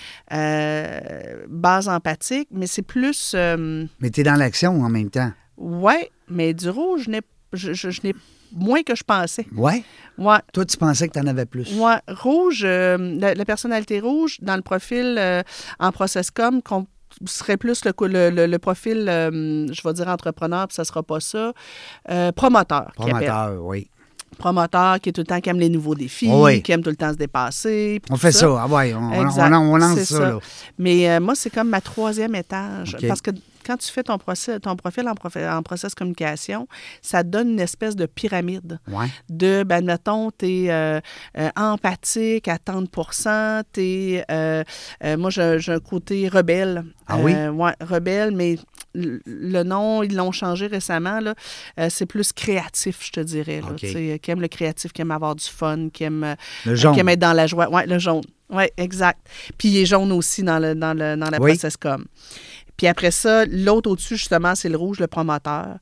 [SPEAKER 2] Euh, base empathique, mais c'est plus. euh,
[SPEAKER 1] Mais tu es dans l'action en même temps.
[SPEAKER 2] ouais, mais du rouge, je n'ai- je, je- je n'ai moins que je pensais.
[SPEAKER 1] Ouais.
[SPEAKER 2] Ouais,
[SPEAKER 1] Toi, tu pensais que tu en avais plus.
[SPEAKER 2] Ouais, rouge, euh, la, la personnalité rouge dans le profil euh, en process com com- serait plus le, co- le, le- le profil, euh, je vais dire entrepreneur, puis ça sera pas ça. Euh, promoteur. qui appelle.
[SPEAKER 1] Promoteur, oui.
[SPEAKER 2] Promoteur qui est tout le temps, qui aime les nouveaux défis,
[SPEAKER 1] Oh Oui.
[SPEAKER 2] qui aime tout le temps se dépasser. puis
[SPEAKER 1] On
[SPEAKER 2] tout
[SPEAKER 1] fait ça, ah ouais, on, on-
[SPEAKER 2] Exact,
[SPEAKER 1] on- on lance
[SPEAKER 2] c'est
[SPEAKER 1] ça.
[SPEAKER 2] ça.
[SPEAKER 1] là.
[SPEAKER 2] Mais euh, moi, c'est comme ma troisième étage.
[SPEAKER 1] OK.
[SPEAKER 2] Parce que quand tu fais ton, procès- ton profil en, profi- en process communication, ça te donne une espèce de pyramide.
[SPEAKER 1] Ouais.
[SPEAKER 2] De, ben, mettons, t'es euh, euh, empathique à 30 t'es. euh, euh, moi, j'ai j'ai un côté rebelle.
[SPEAKER 1] Ah oui?
[SPEAKER 2] Euh, ouais, rebelle, mais le- le nom, ils l'ont changé récemment. là. Euh, c'est plus créatif, je te dirais. là,
[SPEAKER 1] OK.
[SPEAKER 2] tu sais, euh, Qui aime le créatif, qui aime avoir du fun, qui aime euh,
[SPEAKER 1] Le jaune.
[SPEAKER 2] qui aime être dans la joie. Oui, le jaune. Oui, exact. Puis il est jaune aussi dans, le, dans, le, dans la
[SPEAKER 1] Oui.
[SPEAKER 2] process com. Puis après ça, l'autre au-dessus, justement, c'est le rouge, le promoteur.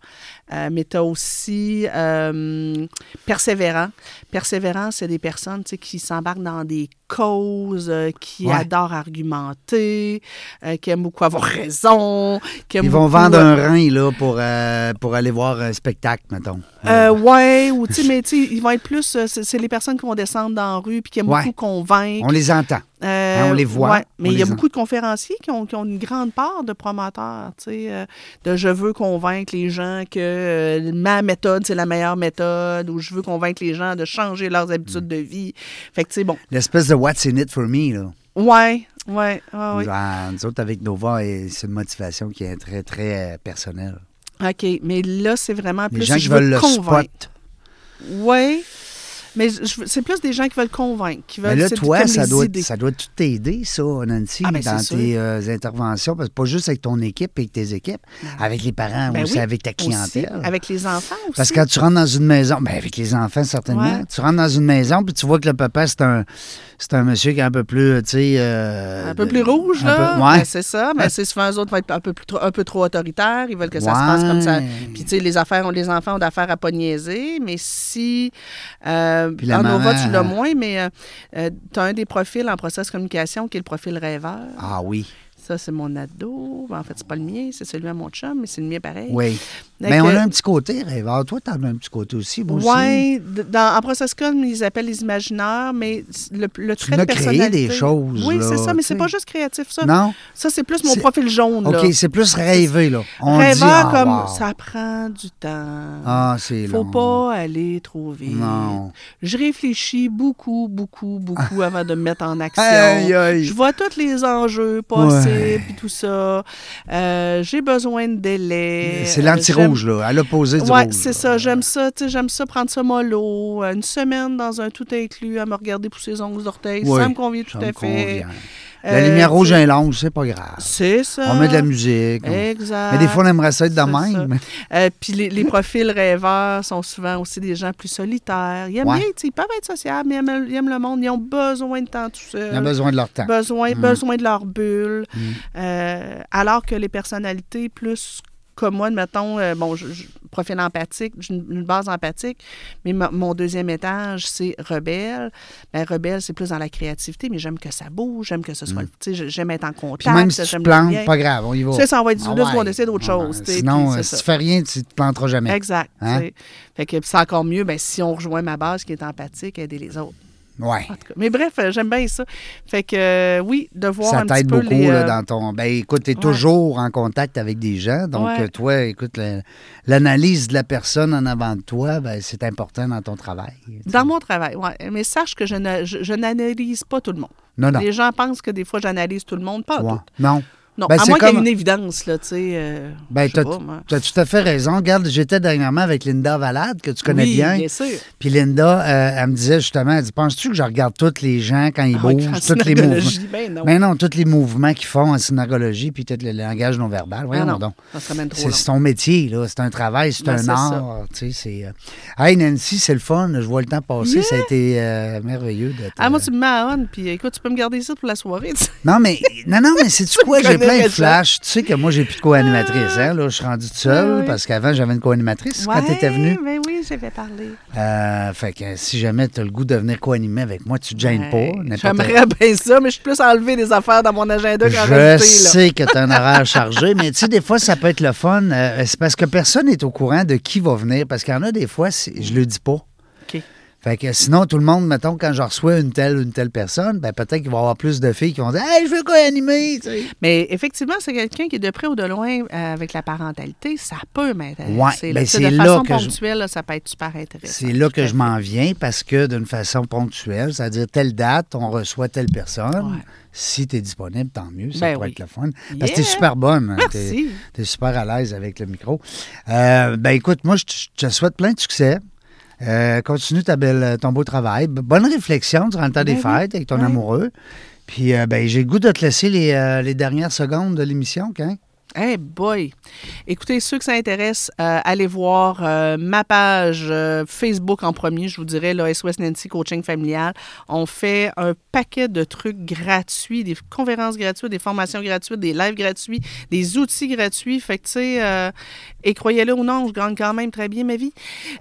[SPEAKER 2] Euh, mais tu as aussi euh, persévérant. Persévérant, c'est des personnes tu sais, qui s'embarquent dans des causes, euh, qui
[SPEAKER 1] Ouais.
[SPEAKER 2] adorent argumenter, euh, qui aiment beaucoup avoir raison. qui aiment
[SPEAKER 1] Ils vont
[SPEAKER 2] beaucoup,
[SPEAKER 1] vendre un
[SPEAKER 2] euh,
[SPEAKER 1] rein là, pour, euh, pour aller voir un spectacle, mettons.
[SPEAKER 2] Euh, ouais, ou tu sais, mais tu sais, ils vont être plus. euh, C'est c'est les personnes qui vont descendre dans la rue puis qui aiment
[SPEAKER 1] Ouais.
[SPEAKER 2] beaucoup convaincre.
[SPEAKER 1] on les entend.
[SPEAKER 2] Euh,
[SPEAKER 1] Hein, on les voit,
[SPEAKER 2] ouais,
[SPEAKER 1] on
[SPEAKER 2] mais il y a
[SPEAKER 1] les en-
[SPEAKER 2] beaucoup de conférenciers qui ont, qui ont une grande part de promoteurs, tu sais, euh, de je veux convaincre les gens que euh, ma méthode, c'est la meilleure méthode, ou je veux convaincre les gens de changer leurs habitudes
[SPEAKER 1] Mm.
[SPEAKER 2] de vie. Fait que, tu sais, bon,
[SPEAKER 1] L'espèce de What's in it for me. Là.
[SPEAKER 2] ouais, ouais, ouais, ouais.
[SPEAKER 1] Ah, nous autres, avec Nova, et c'est une motivation qui est très, très euh, personnelle.
[SPEAKER 2] OK, mais là, c'est vraiment
[SPEAKER 1] Les
[SPEAKER 2] plus
[SPEAKER 1] gens
[SPEAKER 2] je
[SPEAKER 1] qui
[SPEAKER 2] veux
[SPEAKER 1] veulent le
[SPEAKER 2] convaincre.
[SPEAKER 1] spot.
[SPEAKER 2] Ouais, mais je- je veux- c'est plus des gens qui veulent convaincre, qui veulent...
[SPEAKER 1] Mais là,
[SPEAKER 2] c'est-
[SPEAKER 1] toi,
[SPEAKER 2] qui aiment
[SPEAKER 1] ça
[SPEAKER 2] les
[SPEAKER 1] doit,
[SPEAKER 2] idées.
[SPEAKER 1] ça doit tout t'aider, ça, Nancy,
[SPEAKER 2] Ah, ben,
[SPEAKER 1] dans
[SPEAKER 2] c'est
[SPEAKER 1] tes euh, interventions. Parce que pas juste avec ton équipe et avec tes équipes, avec les parents
[SPEAKER 2] Ben
[SPEAKER 1] aussi,
[SPEAKER 2] oui,
[SPEAKER 1] avec ta clientèle.
[SPEAKER 2] Aussi, avec les enfants aussi.
[SPEAKER 1] Parce que quand tu rentres dans une maison, ben avec les enfants certainement,
[SPEAKER 2] Ouais.
[SPEAKER 1] tu rentres dans une maison puis tu vois que le papa c'est un c'est un monsieur qui est un peu plus tu sais euh,
[SPEAKER 2] Un peu plus rouge,
[SPEAKER 1] un
[SPEAKER 2] là.
[SPEAKER 1] peu- ouais.
[SPEAKER 2] Ben, c'est ça. Mais c'est souvent, eux autres vont être un peu, plus, trop- un peu trop autoritaires. Ils veulent que ça se
[SPEAKER 1] Ouais.
[SPEAKER 2] passe comme ça. Puis, tu sais, les, affaires, ont- les enfants ont d'affaires à pas niaiser. Mais si. Euh,
[SPEAKER 1] Puis la
[SPEAKER 2] en Nova,
[SPEAKER 1] maman,
[SPEAKER 2] tu l'as
[SPEAKER 1] euh,
[SPEAKER 2] moins, mais tu as un des profils en process communication qui est le profil rêveur.
[SPEAKER 1] Ah oui,
[SPEAKER 2] Ça, c'est mon ado. Ben, en fait, c'est pas le mien, c'est celui à mon chum, mais c'est le mien pareil. euh,
[SPEAKER 1] oui.
[SPEAKER 2] Fait
[SPEAKER 1] Mais Ben, on
[SPEAKER 2] que-
[SPEAKER 1] a un petit côté rêveur. Toi, t'en as un petit côté aussi, moi aussi.
[SPEAKER 2] Oui, dans, en process-com, ils appellent les imaginaires, mais le, le
[SPEAKER 1] Tu
[SPEAKER 2] trait
[SPEAKER 1] n'as
[SPEAKER 2] de
[SPEAKER 1] créé
[SPEAKER 2] personnalité...
[SPEAKER 1] des choses,
[SPEAKER 2] Oui,
[SPEAKER 1] là,
[SPEAKER 2] c'est ça, mais
[SPEAKER 1] tu
[SPEAKER 2] c'est
[SPEAKER 1] sais.
[SPEAKER 2] pas juste créatif, ça.
[SPEAKER 1] Non?
[SPEAKER 2] Ça, c'est plus mon
[SPEAKER 1] C'est-
[SPEAKER 2] profil jaune, là.
[SPEAKER 1] OK, c'est plus rêvé, là. On dit, ah,
[SPEAKER 2] Rêveur comme
[SPEAKER 1] wow.
[SPEAKER 2] ça prend du temps.
[SPEAKER 1] Ah, c'est
[SPEAKER 2] Faut
[SPEAKER 1] long.
[SPEAKER 2] pas aller trop vite.
[SPEAKER 1] Non.
[SPEAKER 2] Je réfléchis beaucoup, beaucoup,
[SPEAKER 1] (laughs)
[SPEAKER 2] beaucoup avant de me mettre en action.
[SPEAKER 1] Aïe, aïe.
[SPEAKER 2] Je vois tous les enjeux possibles et tout ça. Euh, J'ai besoin de délai.
[SPEAKER 1] C'est
[SPEAKER 2] Euh,
[SPEAKER 1] l'anti-rouge, là, à l'opposé
[SPEAKER 2] j'aime-
[SPEAKER 1] du
[SPEAKER 2] Ouais,
[SPEAKER 1] rouge.
[SPEAKER 2] c'est
[SPEAKER 1] là.
[SPEAKER 2] ça. J'aime ça. tu sais, J'aime ça prendre ça mollo. Euh, Une semaine dans un tout inclus à me regarder pousser les ongles d'orteil.
[SPEAKER 1] Oui,
[SPEAKER 2] ça me convient tout
[SPEAKER 1] ça me
[SPEAKER 2] à fait.
[SPEAKER 1] convient.
[SPEAKER 2] Euh,
[SPEAKER 1] La lumière rouge
[SPEAKER 2] tu-
[SPEAKER 1] est longue, c'est pas grave.
[SPEAKER 2] C'est ça.
[SPEAKER 1] On met de la musique. on-
[SPEAKER 2] Exact.
[SPEAKER 1] Mais des fois, on aimerait ça être de
[SPEAKER 2] C'est ça.
[SPEAKER 1] même.
[SPEAKER 2] Euh, puis les, les profils rêveurs sont souvent aussi des gens plus solitaires. Ils aiment
[SPEAKER 1] Ouais.
[SPEAKER 2] bien, tu sais, ils peuvent être sociables, mais ils aiment, ils aiment le monde. Ils ont besoin de temps tout seul.
[SPEAKER 1] On a Hmm. besoin de leur temps.
[SPEAKER 2] Besoin,
[SPEAKER 1] Mm.
[SPEAKER 2] besoin de leur bulle. Euh, alors que les personnalités plus comme moi, mettons, bon, je, je- profil empathique, j'ai une, une base empathique, mais ma- mon deuxième étage, c'est rebelle. Ben, rebelle, c'est plus dans la créativité, mais j'aime que ça bouge, j'aime que ce soit, tu sais, j'aime être en contact.
[SPEAKER 1] Hmm. Puis même si tu te
[SPEAKER 2] j'aime le lien.
[SPEAKER 1] plantes, pas grave, on y va.
[SPEAKER 2] Ça, ça, on va être
[SPEAKER 1] Ah
[SPEAKER 2] là,
[SPEAKER 1] ouais.
[SPEAKER 2] on essaie d'autre
[SPEAKER 1] Ah ouais.
[SPEAKER 2] chose. tu sais,
[SPEAKER 1] Sinon,
[SPEAKER 2] puis c'est
[SPEAKER 1] euh,
[SPEAKER 2] ça.
[SPEAKER 1] si tu fais rien, tu te planteras jamais.
[SPEAKER 2] Exact. tu
[SPEAKER 1] Hein?
[SPEAKER 2] sais. Fait que c'est encore mieux ben, si on rejoint ma base qui est empathique, aider les autres.
[SPEAKER 1] Ouais.
[SPEAKER 2] En tout cas. Mais bref, euh, j'aime bien ça. Fait que euh, oui, de voir
[SPEAKER 1] Ça
[SPEAKER 2] un petit
[SPEAKER 1] t'aide
[SPEAKER 2] peu
[SPEAKER 1] beaucoup
[SPEAKER 2] les,
[SPEAKER 1] là,
[SPEAKER 2] euh,
[SPEAKER 1] dans ton. Ben écoute, tu es toujours en contact avec des gens. Donc,
[SPEAKER 2] Ouais.
[SPEAKER 1] euh, toi, écoute, le- l'analyse de la personne en avant de toi, ben, c'est important dans ton travail.
[SPEAKER 2] dans mon travail, ouais. Mais sache que je, ne- je, je n'analyse pas tout le monde.
[SPEAKER 1] Non, non.
[SPEAKER 2] Les gens pensent que des fois j'analyse tout le monde, pas
[SPEAKER 1] Ouais.
[SPEAKER 2] tout.
[SPEAKER 1] Non.
[SPEAKER 2] Non,
[SPEAKER 1] Ben,
[SPEAKER 2] à
[SPEAKER 1] c'est
[SPEAKER 2] moins qu'il y ait
[SPEAKER 1] comme-
[SPEAKER 2] une évidence, là, tu sais. euh,
[SPEAKER 1] Ben,
[SPEAKER 2] je sais
[SPEAKER 1] t'as
[SPEAKER 2] pas, moi.
[SPEAKER 1] t'as tout à fait raison. Regarde, j'étais dernièrement avec Linda Valade, que tu connais
[SPEAKER 2] Oui,
[SPEAKER 1] bien.
[SPEAKER 2] bien sûr.
[SPEAKER 1] Puis Linda, euh, elle me disait justement, elle dit Penses-tu que je regarde tous les gens quand ils
[SPEAKER 2] Ah oui,
[SPEAKER 1] bougent,
[SPEAKER 2] quand
[SPEAKER 1] tous les
[SPEAKER 2] synagogie,
[SPEAKER 1] mouvements
[SPEAKER 2] ben non.
[SPEAKER 1] Ben non, tous les mouvements qu'ils font en synagogie, puis tout le langage non-verbal.
[SPEAKER 2] Ah
[SPEAKER 1] Voyons
[SPEAKER 2] non,
[SPEAKER 1] donc.
[SPEAKER 2] ça serait même trop
[SPEAKER 1] C'est
[SPEAKER 2] long.
[SPEAKER 1] c'est ton métier, là. C'est un travail, c'est
[SPEAKER 2] Ben,
[SPEAKER 1] un
[SPEAKER 2] c'est
[SPEAKER 1] art. Tu sais, c'est. euh, Hey, Nancy, c'est le fun. Je vois le temps passer. Ça a été euh, merveilleux de te-
[SPEAKER 2] Ah, moi, tu me mets à on, puis écoute, tu peux me garder ici pour la soirée, tu sais.
[SPEAKER 1] Non, mais, non, non, mais
[SPEAKER 2] (laughs)
[SPEAKER 1] c'est-tu quoi? J'ai plein
[SPEAKER 2] connais
[SPEAKER 1] de
[SPEAKER 2] déjà.
[SPEAKER 1] flashs. Tu sais que moi, j'ai plus de co-animatrice. Hein? Là, je suis rendu tout seul
[SPEAKER 2] Ouais, ouais.
[SPEAKER 1] parce qu'avant, j'avais une co-animatrice quand tu étais venue.
[SPEAKER 2] Ben oui, j'avais parlé.
[SPEAKER 1] Euh, fait que si jamais tu as le goût de venir co-animer avec moi, tu te gênes
[SPEAKER 2] Hey,
[SPEAKER 1] pas. n'importe-
[SPEAKER 2] J'aimerais bien ça, mais je suis plus enlevé des affaires dans mon agenda qu'en
[SPEAKER 1] Je
[SPEAKER 2] réalité. Là.
[SPEAKER 1] sais que tu as un horaire chargé, mais tu sais, des fois, ça peut être le fun. euh, c'est parce que personne n'est au courant de qui va venir. Parce qu'il y en a des fois, c'est- je le dis pas.
[SPEAKER 2] OK.
[SPEAKER 1] Fait que sinon, tout le monde, mettons, quand je reçois une telle ou une telle personne, ben peut-être qu'il va y avoir plus de filles qui vont dire Hey, je veux quoi animer! Tu sais.
[SPEAKER 2] Mais effectivement, c'est quelqu'un qui est de près ou de loin euh, avec la parentalité, ça peut m'intéresser.
[SPEAKER 1] Ouais,
[SPEAKER 2] là.
[SPEAKER 1] ben,
[SPEAKER 2] Tu sais,
[SPEAKER 1] c'est
[SPEAKER 2] de
[SPEAKER 1] là
[SPEAKER 2] façon
[SPEAKER 1] que je-
[SPEAKER 2] ponctuelle, là, ça peut être super intéressant.
[SPEAKER 1] C'est là que
[SPEAKER 2] Tout à
[SPEAKER 1] je
[SPEAKER 2] fait.
[SPEAKER 1] m'en viens parce que d'une façon ponctuelle, c'est-à-dire telle date, on reçoit telle personne.
[SPEAKER 2] Ouais.
[SPEAKER 1] Si tu es disponible, tant mieux, ça
[SPEAKER 2] Ben
[SPEAKER 1] pourrait
[SPEAKER 2] oui.
[SPEAKER 1] être le fun. Parce que tu es
[SPEAKER 2] Yeah!
[SPEAKER 1] super bonne. Tu
[SPEAKER 2] Merci.
[SPEAKER 1] es, super à l'aise avec le micro. Euh, ben écoute, moi, je te- je te souhaite plein de succès. Euh, continue ta belle, ton beau travail. B- Bonne réflexion durant le temps des
[SPEAKER 2] Ben oui,
[SPEAKER 1] fêtes avec ton
[SPEAKER 2] oui.
[SPEAKER 1] amoureux. Puis, euh, ben, j'ai le goût de te laisser les, euh, les dernières secondes de l'émission, quand?
[SPEAKER 2] Hey boy! Écoutez, ceux que ça intéresse, euh, allez voir euh, ma page euh, Facebook en premier, je vous dirais, là, SOS Nancy Coaching Familial. On fait un paquet de trucs gratuits, des conférences gratuites, des formations gratuites, des lives gratuits, des outils gratuits. Fait que, tu sais, euh, et croyez-le ou non, je gagne quand même très bien ma vie.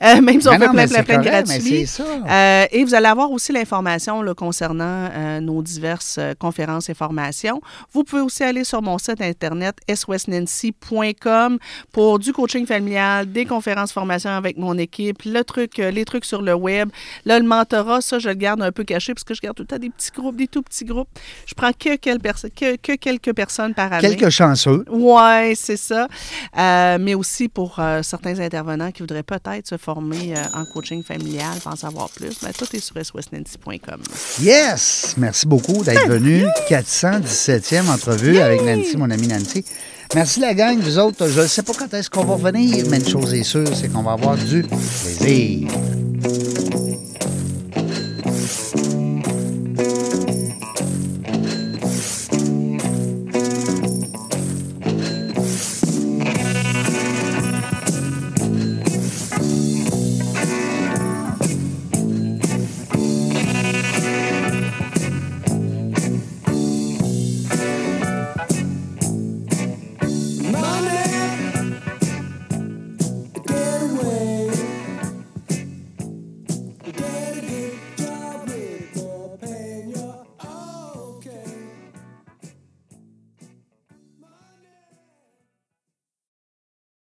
[SPEAKER 2] Euh, même si on
[SPEAKER 1] Ben
[SPEAKER 2] fait
[SPEAKER 1] non,
[SPEAKER 2] plein,
[SPEAKER 1] mais
[SPEAKER 2] plein,
[SPEAKER 1] c'est
[SPEAKER 2] plein de
[SPEAKER 1] correct, mais
[SPEAKER 2] gratuits.
[SPEAKER 1] c'est ça.
[SPEAKER 2] Euh, et vous allez avoir aussi l'information là, concernant euh, nos diverses euh, conférences et formations. Vous pouvez aussi aller sur mon site internet swestnancy.com pour du coaching familial, des conférences formations avec mon équipe, le truc, euh, les trucs sur le web. Là, le mentorat, ça, je le garde un peu caché parce que je garde tout le temps des petits groupes, des tout petits groupes. Je prends que, quelle perso- que, que quelques personnes par année.
[SPEAKER 1] Quelques chanceux.
[SPEAKER 2] Oui, c'est ça. Euh, mais aussi pour euh, certains intervenants qui voudraient peut-être se former euh, en coaching familial, pour en savoir plus, ben, tout est sur swestnancy.com.
[SPEAKER 1] Yes! Merci beaucoup d'être venu. 417e entrevue avec Nancy, mon amie Nancy. Merci la gang, vous autres. Je ne sais pas quand est-ce qu'on va revenir, mais une chose est sûre, c'est qu'on va avoir du plaisir.